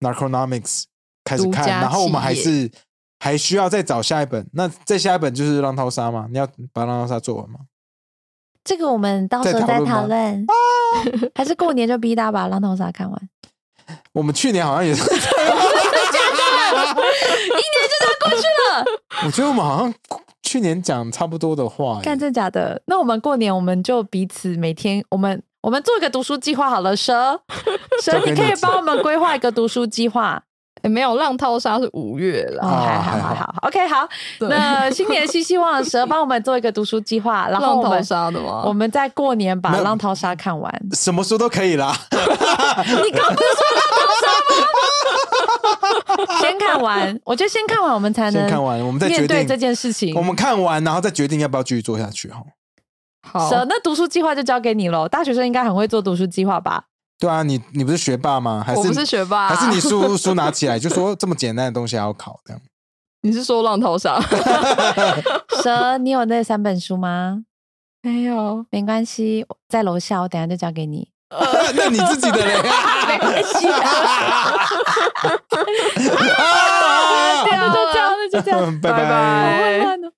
S2: Narconomics 开始
S4: 独家
S2: 看，然后我们还
S4: 企
S2: 是还需要再找下一本。那再下一本就是《浪淘沙》嘛，你要把《浪淘沙》做完吗？
S3: 这个我们到时候
S2: 再
S3: 再
S2: 讨
S3: 讨
S2: 论啊
S3: 论。 还是过年就逼大家把《浪淘沙》看完，
S2: 我们去年好 像也是， 我觉得我们好像去年讲差不多的话耶，
S3: 干真假的？那我们过年我们就彼此每天，我们我们做一个读书计划好了， 蛇蛇，
S2: 交给
S3: 你可以
S2: 你
S3: 帮我们规划一个读书计划。
S4: 诶没有浪淘沙是五月
S3: 哦，
S4: 啦，
S3: 还好
S2: 啊还
S3: 还
S2: 好
S3: 好，OK，好。
S4: 对
S3: 那新年新希望，蛇帮我们做一个读书计划， 然后
S4: 浪
S3: 我
S4: 淘
S3: 们
S4: 沙的吗？
S3: 我们在过年把
S2: 没
S3: 《
S2: 有
S3: 浪淘沙》看 完。
S2: 什么书都可以啦。
S3: 你刚不是说要当什么？ 先看完，我觉得先看完我们才能
S2: 先看完我们再决定
S3: 面对这件事情
S2: 我。们看完，然后再决定要不要继续做下去哈。
S4: 好，
S3: 蛇，那读书计划就交给你喽。大学生应该很会做读书计划吧？
S2: 对啊，你你不是学霸吗？还
S4: 我
S2: 是
S4: 不是学霸、啊
S2: 还是你书书拿起来就说这么简单的东西还要考这样？
S4: 你是说浪淘沙？
S3: 蛇， 你有那三本书吗？
S4: 没有，
S3: 没关系，我在楼下，我等一下就交给 你。
S2: 那你自己的嘞？
S3: 没关系啊，
S2: 啊啊
S3: 啊那就这样，那就这样，
S2: 拜拜
S4: 拜
S3: 好混乱哦